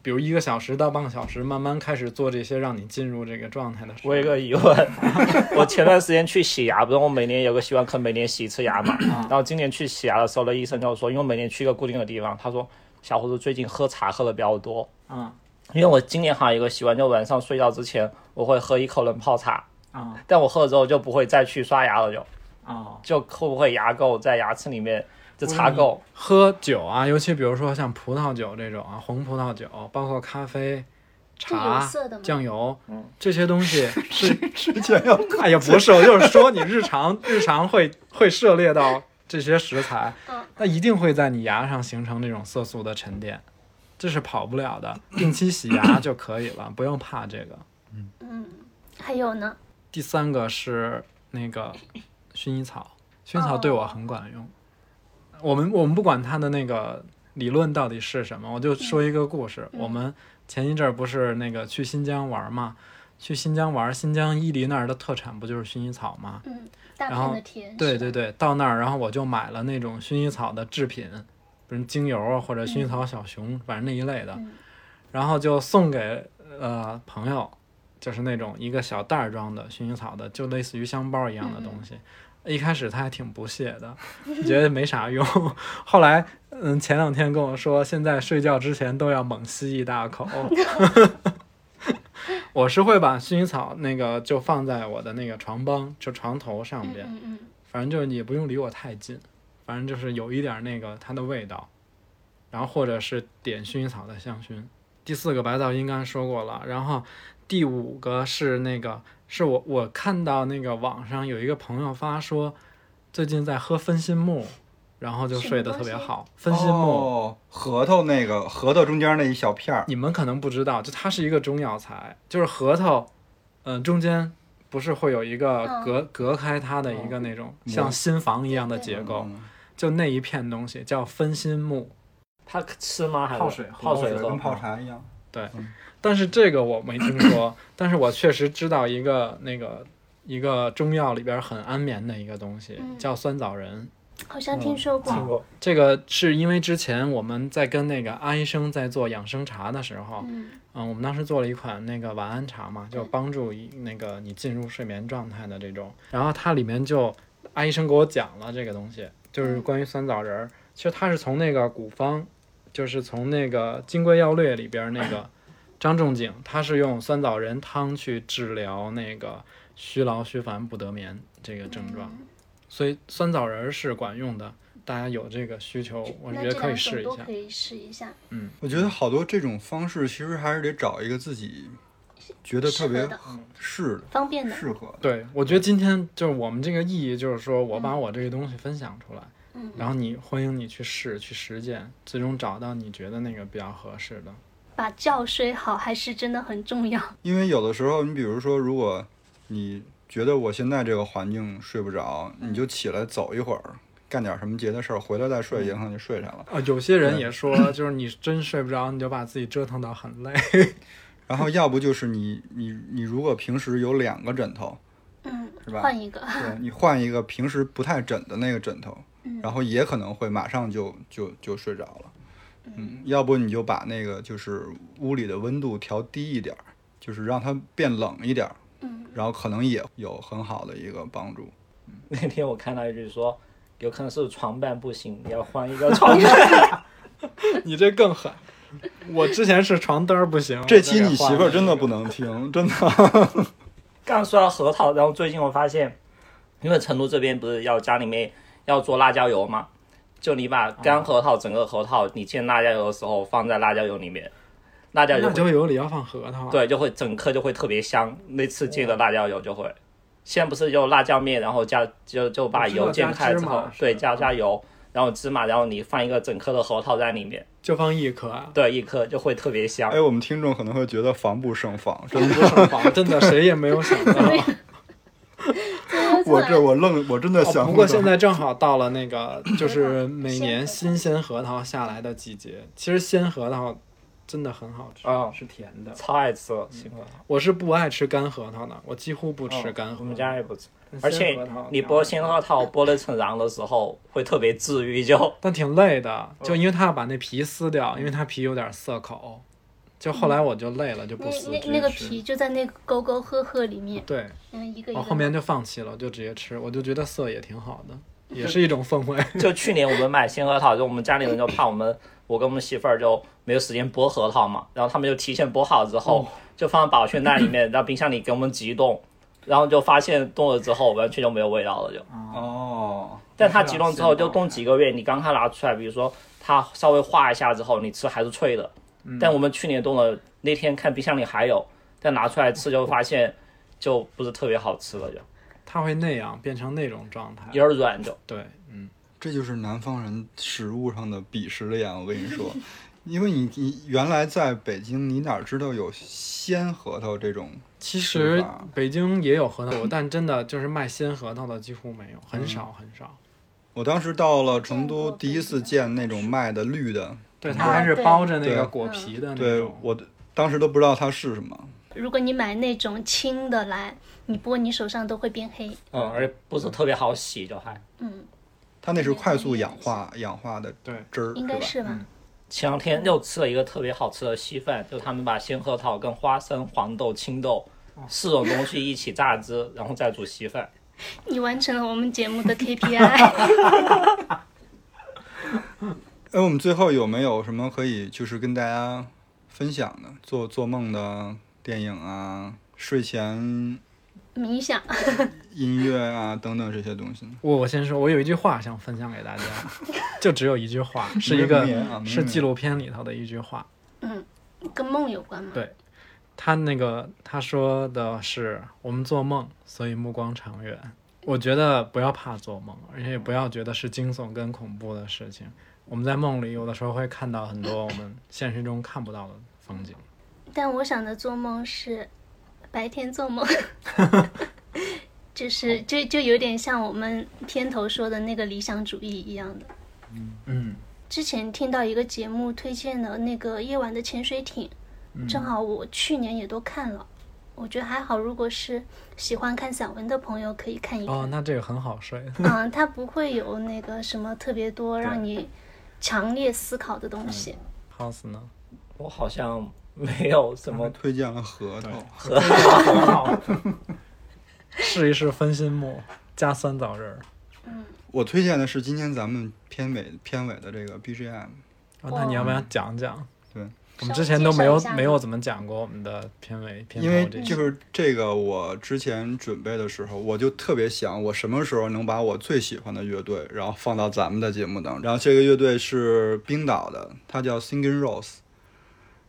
[SPEAKER 1] 比如一个小时到半个小时，慢慢开始做这些让你进入这个状态的事。
[SPEAKER 3] 我有一个疑问， 我前段时间去洗牙，不是我每年有个习惯，可能每年洗一次牙嘛。然后今年去洗牙的时候，那医生跟我说，因为我每年去一个固定的地方，他说小伙子最近喝茶喝的比较多，
[SPEAKER 1] 啊
[SPEAKER 3] 因为我今年好像有个习惯，就晚上睡觉之前我会喝一口冷泡茶，
[SPEAKER 1] 啊
[SPEAKER 3] 但我喝了之后就不会再去刷牙了就，
[SPEAKER 1] 啊！
[SPEAKER 3] 就会不会牙垢在牙齿里面就茶垢？
[SPEAKER 1] 喝酒啊，尤其比如说像葡萄酒这种啊，红葡萄酒，包括咖啡、
[SPEAKER 4] 这有
[SPEAKER 1] 茶
[SPEAKER 4] 色的吗、
[SPEAKER 1] 酱油，这些东 西是，
[SPEAKER 2] 之前要
[SPEAKER 1] 哎呀，不是，我就是说你日常日常会会涉猎到这些食材
[SPEAKER 4] 嗯，
[SPEAKER 1] 那一定会在你牙上形成这种色素的沉淀，这是跑不了的。定期洗 牙就可以了，不用怕这个。
[SPEAKER 4] 还有呢？
[SPEAKER 1] 第三个是那个薰衣草，薰衣草对我很管用。我们我们不管它的那个理论到底是什么，我就说一个故事。我们前一阵儿不是那个去新疆玩嘛，去新疆玩，新疆伊犁那儿的特产不就是薰衣草吗？
[SPEAKER 4] 嗯，大
[SPEAKER 1] 然后
[SPEAKER 4] 片的甜。
[SPEAKER 1] 对
[SPEAKER 4] 是吧
[SPEAKER 1] 对对，到那儿然后我就买了那种薰衣草的制品，比如精油啊或者薰衣草小熊，反正那一类的，
[SPEAKER 4] 嗯
[SPEAKER 1] 然后就送给呃朋友，就是那种一个小袋儿装的薰衣草的，就类似于香包一样的
[SPEAKER 4] 嗯
[SPEAKER 1] 东西。一开始他还挺不屑 的，觉得没啥用。后来，嗯，前两天跟我说，现在睡觉之前都要猛吸一大 口。我是会把薰衣草那个就放在我的那个床帮，就床头上边，
[SPEAKER 4] 嗯嗯
[SPEAKER 1] 反正就是你也不用离我太近，反正就是有一点那个它的味道，然后或者是点薰衣草的香薰。第四个白噪音刚才说过了，然后第五个是那个是我我看到那个网上有一个朋友发说，最近在喝分心木，然后就
[SPEAKER 4] 什么
[SPEAKER 1] 睡得
[SPEAKER 4] 东
[SPEAKER 1] 特别
[SPEAKER 4] 西
[SPEAKER 1] 好。分心木、
[SPEAKER 2] 哦，核桃那个核桃中间那一小片儿，
[SPEAKER 1] 你们可能不知道，就它是一个中药材，就是核桃，嗯、中间不是会有一个
[SPEAKER 4] 嗯
[SPEAKER 1] 隔、隔开它的一个那
[SPEAKER 4] 哦
[SPEAKER 1] 种
[SPEAKER 2] 膜
[SPEAKER 1] 像心房一样的
[SPEAKER 4] 对
[SPEAKER 1] 结构，
[SPEAKER 2] 嗯
[SPEAKER 1] 就那一片东西叫分心木。
[SPEAKER 3] 他吃吗？还是
[SPEAKER 1] 泡水喝
[SPEAKER 3] 泡水喝嗯
[SPEAKER 2] 跟。泡茶一样。
[SPEAKER 1] 但是这个我没听 说，但是我确实知道一个那个一个中药里边很安眠的一个东西，
[SPEAKER 4] 嗯
[SPEAKER 1] 叫酸枣仁。
[SPEAKER 4] 嗯，好像听说 过。
[SPEAKER 3] 听过
[SPEAKER 1] 这个是因为之前我们在跟那个阿医生在做养生茶的时候，
[SPEAKER 4] 嗯
[SPEAKER 1] 嗯，我们当时做了一款那个晚安茶嘛，就帮助一那个你进入睡眠状态的这种。然后它里面就阿医生给我讲了这个东西，就是
[SPEAKER 4] 嗯
[SPEAKER 1] 关于酸枣仁儿。其实它是从那个古方，就是从那个《金匮要略》里边儿那个张仲景，他是用酸枣仁汤去治疗那个虚劳、虚烦、不得眠这个症状，
[SPEAKER 4] 嗯
[SPEAKER 1] 所以酸枣仁儿是管用的。大家有这个需求，我觉
[SPEAKER 4] 那
[SPEAKER 1] 得
[SPEAKER 4] 这
[SPEAKER 1] 可以
[SPEAKER 4] 两
[SPEAKER 1] 试
[SPEAKER 4] 种
[SPEAKER 1] 一
[SPEAKER 4] 都
[SPEAKER 1] 下
[SPEAKER 4] 可。以试一下，
[SPEAKER 2] 我觉得好多这种方式其实还是得找一个自己觉得特别
[SPEAKER 4] 适合的
[SPEAKER 2] 适的
[SPEAKER 4] 方便的。
[SPEAKER 2] 适合的。
[SPEAKER 1] 对，我觉得今天就是我们这个意义，就是说
[SPEAKER 2] 嗯
[SPEAKER 1] 我把我这个东西分享出来，
[SPEAKER 4] 嗯
[SPEAKER 1] 然后你欢迎你去试、去实践，最终找到你觉得那个比较合适的。
[SPEAKER 4] 把觉睡好还是真的很重要。
[SPEAKER 2] 因为有的时候，你比如说，如果你觉得我现在这个环境睡不着，
[SPEAKER 4] 嗯
[SPEAKER 2] 你就起来走一会儿，干点什么别的事儿，回来再
[SPEAKER 4] 嗯
[SPEAKER 2] 睡，也可能就睡上了。
[SPEAKER 1] 啊，有些人也说，就是你真睡不着，你就把自己折腾到很累。
[SPEAKER 2] 然后要不就是你你你如果平时有两个枕头，
[SPEAKER 4] 嗯
[SPEAKER 2] 是，吧
[SPEAKER 4] 换一个。
[SPEAKER 2] 对你换一个平时不太枕的那个枕头，然后也可能会马上就就就睡着了。嗯，要不你就把那个就是屋里的温度调低一点儿，就是让它变冷一点儿，
[SPEAKER 4] 嗯，
[SPEAKER 2] 然后可能也有很好的一个帮助。
[SPEAKER 3] 那天我看到一句说，有可能是床伴不行，你要换一 个床伴。
[SPEAKER 1] 你这更狠。我之前是床单儿不行，
[SPEAKER 2] 这期你媳妇
[SPEAKER 1] 儿
[SPEAKER 2] 儿真的不能听， 真的。
[SPEAKER 3] 刚说到核桃，然后最近我发现，因为成都这边不是要家里面要做辣椒油嘛，就你
[SPEAKER 1] 哦
[SPEAKER 3] 把干核桃、整个核桃，你煎辣椒油的时候放在辣椒油里面，辣椒油
[SPEAKER 1] 辣
[SPEAKER 3] 会
[SPEAKER 1] 椒油里要放核桃，，啊
[SPEAKER 3] 对就会整颗就会特别香。那次煎的辣椒油就会，现在不是有辣椒面，然后加就就把油煎开之后
[SPEAKER 1] 哦我知道加芝麻，
[SPEAKER 3] 对，
[SPEAKER 1] 是嗯
[SPEAKER 3] 加加油，然后芝麻，然后你放一个整颗的核桃在里面，
[SPEAKER 1] 就放一颗啊，
[SPEAKER 3] 对，一颗就会特别香
[SPEAKER 2] 哎，。我们听众可能会觉得防不胜防，真
[SPEAKER 1] 真
[SPEAKER 2] 的。
[SPEAKER 1] 不胜防，真的谁也没有想到。
[SPEAKER 2] 我这我愣，我真的
[SPEAKER 1] 哦
[SPEAKER 2] 想
[SPEAKER 1] 不
[SPEAKER 2] 不
[SPEAKER 1] 过
[SPEAKER 2] 到
[SPEAKER 1] 现在正好到了那个，就是每年新鲜核桃下来的季节。其实鲜核桃真的很好吃，
[SPEAKER 3] 嗯
[SPEAKER 1] 是甜的。
[SPEAKER 3] 超爱吃新核桃，
[SPEAKER 1] 我是不爱吃干核桃的，我几乎不吃干核桃。
[SPEAKER 3] 哦我们家也不吃。
[SPEAKER 1] 但
[SPEAKER 3] 而
[SPEAKER 1] 鲜
[SPEAKER 3] 且
[SPEAKER 1] 核桃
[SPEAKER 3] 你
[SPEAKER 1] 挺好
[SPEAKER 3] 剥
[SPEAKER 1] 吃
[SPEAKER 3] 鲜核桃剥得成瓤的时候，会特别治愈，就
[SPEAKER 1] 但挺累
[SPEAKER 3] 哦
[SPEAKER 1] 的，就因为它要把那皮撕掉，因为它皮有点涩口。就后来我就累了，就
[SPEAKER 4] 那
[SPEAKER 1] 不撕。
[SPEAKER 4] 嗯那
[SPEAKER 1] 直
[SPEAKER 4] 那
[SPEAKER 1] 接
[SPEAKER 4] 个
[SPEAKER 1] 吃
[SPEAKER 4] 皮就在那个沟沟壑壑里面，
[SPEAKER 1] 对，
[SPEAKER 4] 嗯，一个一
[SPEAKER 1] 我
[SPEAKER 4] 个。
[SPEAKER 1] 后面就放弃了，我就直接吃，我就觉得涩也挺好的，也是一种氛围。
[SPEAKER 3] 就去年我们买鲜核桃，就我们家里人就怕我们，我跟我们媳妇儿就没有时间剥核桃嘛，然后他们就提前剥好之后，就放在保鲜袋里面，到冰箱里给我们急冻，然后就发现冻了之后完全就没有味道了就。
[SPEAKER 2] 哦，
[SPEAKER 3] 但它急冻之后
[SPEAKER 1] 这样
[SPEAKER 3] 就冻几个月，你刚它拿出来，比如说它稍微化一下之后，你吃还是脆的。但我们去年冻了，那天看冰箱里还有，但拿出来吃就发现就不是特别好吃了，就
[SPEAKER 1] 它会那样变成那种状态。
[SPEAKER 3] 有点软就。
[SPEAKER 1] 对，嗯，
[SPEAKER 2] 这就是南方人食物上的鄙视链，我跟你说，因为你你原来在北京，你哪知道有鲜核桃这种？
[SPEAKER 1] 其
[SPEAKER 2] 吃
[SPEAKER 1] 实
[SPEAKER 2] 法
[SPEAKER 1] 北京也有核桃，但真的就是卖鲜核桃的几乎没有，很少很少。
[SPEAKER 2] 我当时到了成都，第一次见那种卖的绿的，
[SPEAKER 1] 对，
[SPEAKER 4] 啊
[SPEAKER 1] 它还是
[SPEAKER 4] 对
[SPEAKER 1] 包着那
[SPEAKER 2] 对
[SPEAKER 1] 个果皮的那
[SPEAKER 2] 对
[SPEAKER 1] 种。
[SPEAKER 2] 我当时都不知道它是什么。
[SPEAKER 4] 如果你买那种青的来，你剥你手上都会变黑。
[SPEAKER 3] 嗯，而且不是特别好洗，就还。
[SPEAKER 4] 嗯，
[SPEAKER 2] 它那是快速氧化氧化的
[SPEAKER 1] 对
[SPEAKER 2] 汁儿，
[SPEAKER 4] 应该
[SPEAKER 2] 是吧？
[SPEAKER 4] 是吧？
[SPEAKER 3] 前两天又吃了一个特别好吃的稀饭，就他们把鲜核桃跟花生、黄豆、青豆四种东西一起榨汁，然后再煮稀饭。
[SPEAKER 4] 你完成了我们节目的 KPI。
[SPEAKER 2] 哎，我们最后有没有什么可以就是跟大家分享的？做做梦的电影啊，睡前
[SPEAKER 4] 冥想，
[SPEAKER 2] 音乐啊等等这些东西呢？
[SPEAKER 1] 我我先说，我有一句话想分享给大 家，就只有一句话，是一
[SPEAKER 2] 没有名言
[SPEAKER 1] 个
[SPEAKER 2] 啊
[SPEAKER 1] 是纪录片里头的一句话。
[SPEAKER 4] 跟梦有关吗？
[SPEAKER 1] 对他那个他说的是我们做梦，所以目光长远。我觉得不要怕做梦，而且也不要觉得是惊悚跟恐怖的事情。我们在梦里有的时候会看到很多我们现实中看不到的风景。
[SPEAKER 4] 但我想的做梦是白天做梦，就是就就有点像我们片头说的那个理想主义一样的。
[SPEAKER 1] 嗯，
[SPEAKER 4] 之前听到一个节目推荐的那个《夜晚的潜水艇》，正好我去年也都看了，我觉得还好。如果是喜欢看散文的朋友，可以看一看。
[SPEAKER 1] 哦，那这个很好睡。
[SPEAKER 4] 嗯，它不会有那个什么特别多让你强烈思考的东西。
[SPEAKER 1] House 呢？
[SPEAKER 3] 我好像没有什么，
[SPEAKER 2] 推荐了核桃，
[SPEAKER 1] 试一试分心木加酸枣仁儿。
[SPEAKER 2] 我推荐的是今天咱们片尾片尾的这个 BGM。
[SPEAKER 1] 哦，那你要不要讲讲？
[SPEAKER 2] 对，
[SPEAKER 1] 我们之前都没有
[SPEAKER 4] 稍微介绍一下
[SPEAKER 1] 没有怎么讲过我们的片尾片
[SPEAKER 2] 因为
[SPEAKER 1] 头这
[SPEAKER 2] 就
[SPEAKER 1] 些。
[SPEAKER 2] 是这个，我之前准备的时候，我就特别想，我什么时候能把我最喜欢的乐队，然后放到咱们的节目当中。然后这个乐队是冰岛的，它叫 Singing Rose，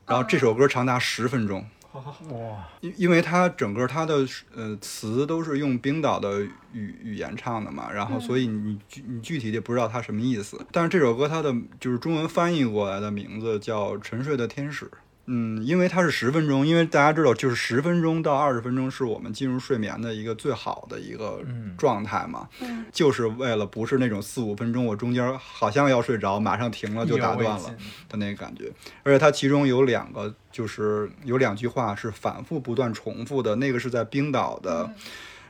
[SPEAKER 2] 然后这首歌长达十分钟。
[SPEAKER 1] 哇，
[SPEAKER 2] 因因为它整个它的呃词都是用冰岛的语语言唱的嘛，然后所以你具你具体也不知道它什么意思。但是这首歌它的就是中文翻译过来的名字叫《沉睡的天使》。嗯，因为它是十分钟，因为大家知道，就是十分钟到二十分钟是我们进入睡眠的一个最好的一个状态嘛，就是为了不是那种四五分钟我中间好像要睡着，马上停了就打断了，的那个感觉。而且它其中有两个，就是有两句话是反复不断重复的，那个是在冰岛的，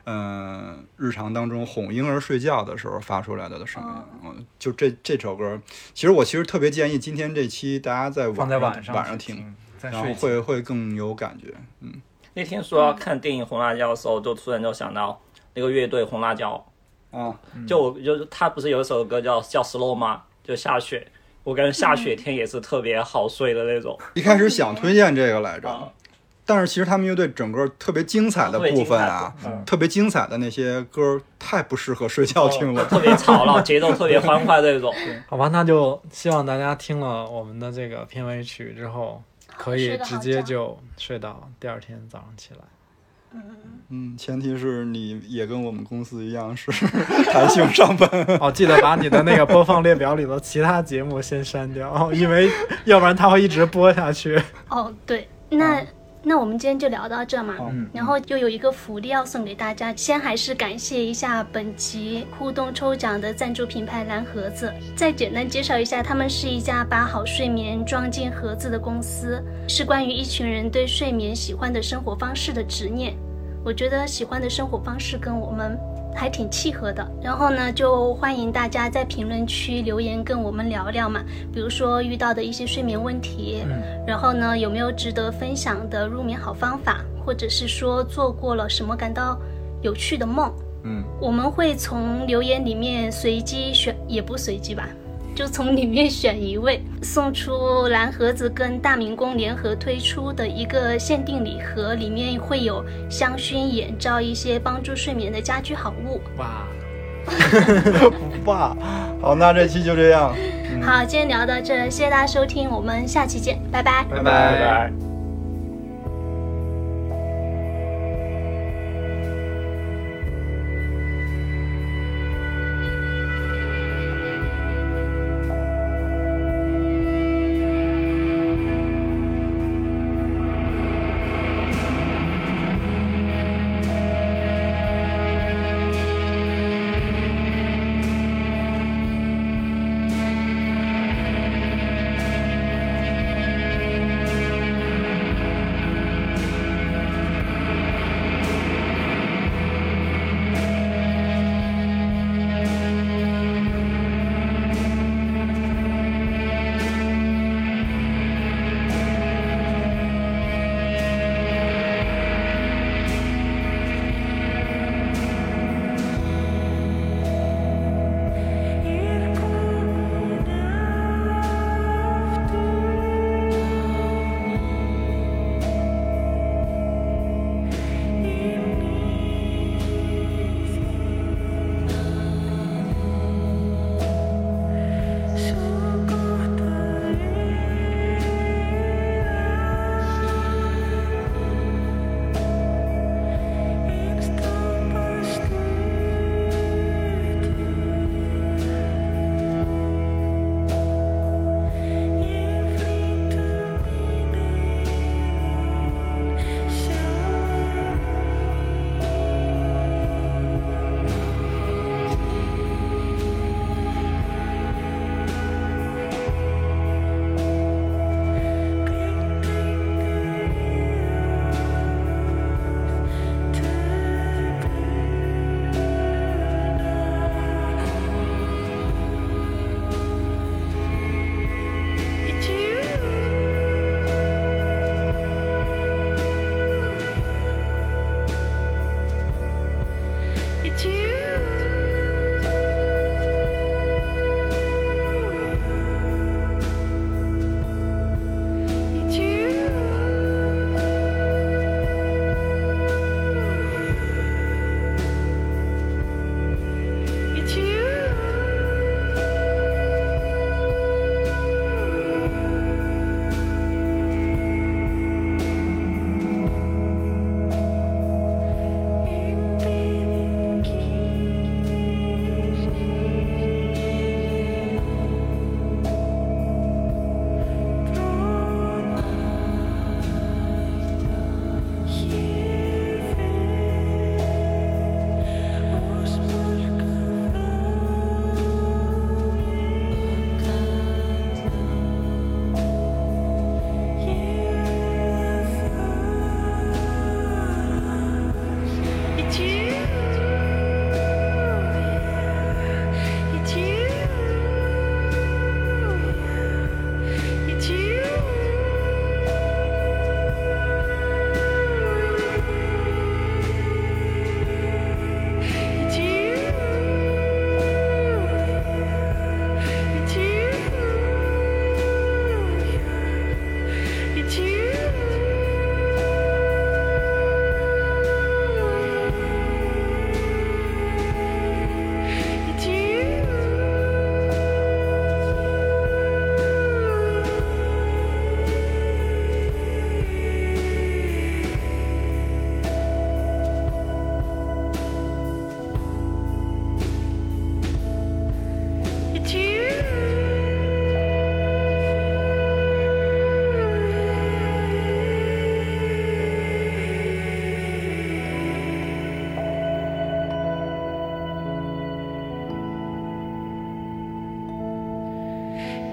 [SPEAKER 2] 嗯、日常当中哄婴儿睡觉的时候发出来的的声音。
[SPEAKER 4] 哦
[SPEAKER 2] 嗯，就这这首歌，其实我其实特别建议今天这期大家在晚
[SPEAKER 1] 放在晚
[SPEAKER 2] 上
[SPEAKER 1] 上
[SPEAKER 2] 晚上
[SPEAKER 1] 去
[SPEAKER 2] 听，
[SPEAKER 1] 听，在
[SPEAKER 2] 然后
[SPEAKER 1] 睡前。
[SPEAKER 2] 会会更有感觉。嗯，
[SPEAKER 3] 那天说要看电影《红辣椒》的时候，就突然就想到那个乐队红辣椒，
[SPEAKER 2] 啊，
[SPEAKER 3] 就我就是他不是有一首歌叫叫 Slow 吗？就下雪，我感觉下雪天也是特别好睡的那种。
[SPEAKER 2] 一开始想推荐这个来着，
[SPEAKER 3] 啊
[SPEAKER 2] 但是其实他们乐队整个特别精彩的部分哦啊，特别精彩的那些歌儿太不适合睡觉听了。
[SPEAKER 3] 特别吵闹，节奏特别欢快那种。
[SPEAKER 1] 好吧，那就希望大家听了我们的这个片尾曲之后，可以
[SPEAKER 4] 睡个好
[SPEAKER 1] 直接
[SPEAKER 4] 觉
[SPEAKER 1] 就睡到第二天早上起来。
[SPEAKER 2] 嗯，前提是你也跟我们公司一样是 弹性上班。
[SPEAKER 1] 哦，记得把你的那个播放列表里的其他节目先删掉，哦因为要不然它会一直播下去。
[SPEAKER 4] 哦，对，那、那我们今天就聊到这嘛。
[SPEAKER 1] 嗯
[SPEAKER 4] 然后又有一个福利要送给大家，先还是感谢一下本集互动抽奖的赞助品牌蓝盒子。再简单介绍一下，他们是一家把好睡眠装进盒子的公司，是关于一群人对睡眠喜欢的生活方式的执念。我觉得喜欢的生活方式跟我们还挺契合的。然后呢，就欢迎大家在评论区留言跟我们聊聊嘛，比如说遇到的一些睡眠问题，然后呢有没有值得分享的入眠好方法，或者是说做过了什么感到有趣的梦，
[SPEAKER 2] 嗯，
[SPEAKER 4] 我们会从留言里面随机选，也不随机吧。 就从里面选一位，送出蓝盒子跟大明宫联合推出的一个限定礼盒，里面会有香薰眼罩、一些帮助睡眠的家居好物。
[SPEAKER 1] 哇，
[SPEAKER 2] 哇，好，那这期就这样，
[SPEAKER 4] 好，今天聊到这，谢谢大家收听，我们下期见，拜拜。
[SPEAKER 1] 拜
[SPEAKER 2] 拜
[SPEAKER 3] 拜拜。
[SPEAKER 6] Thank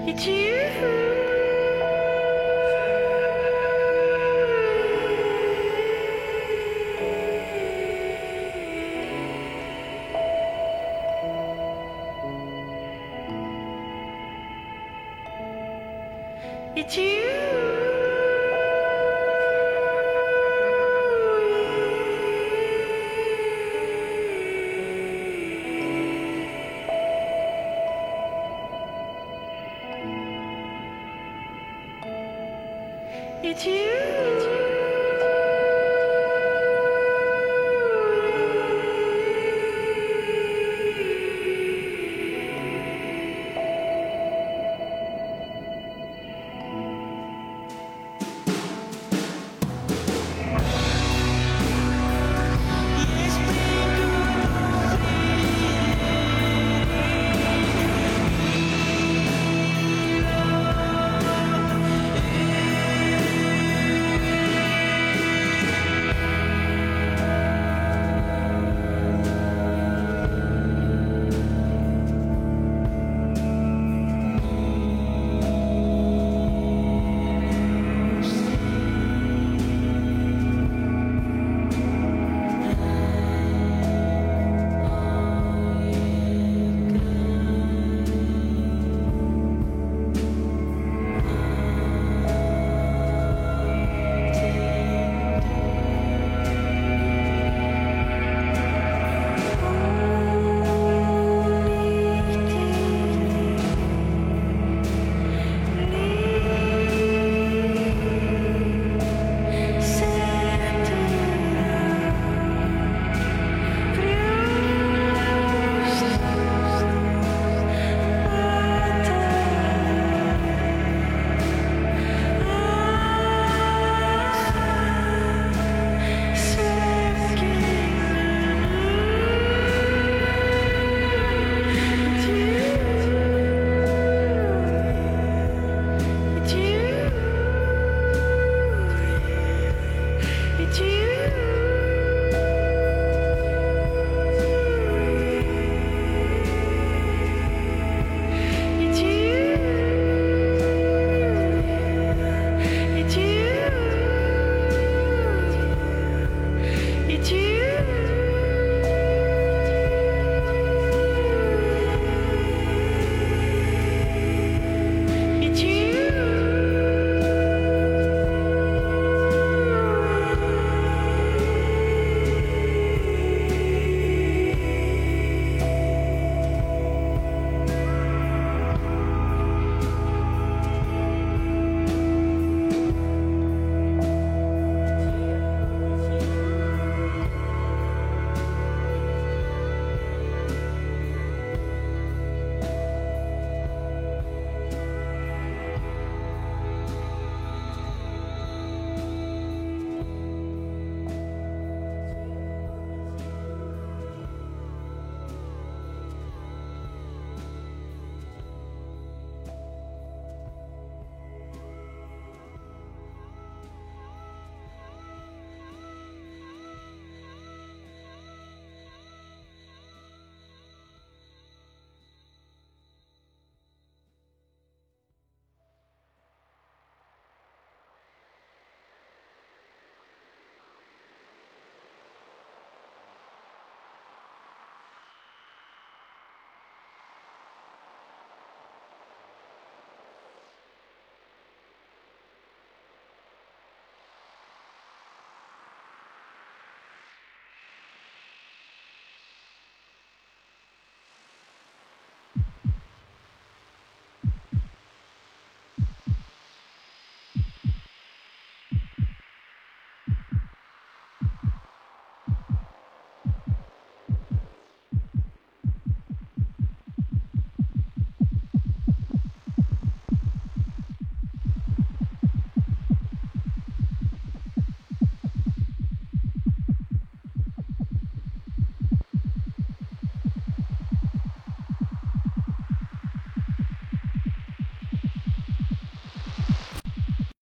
[SPEAKER 6] It's you. It's you. It's you.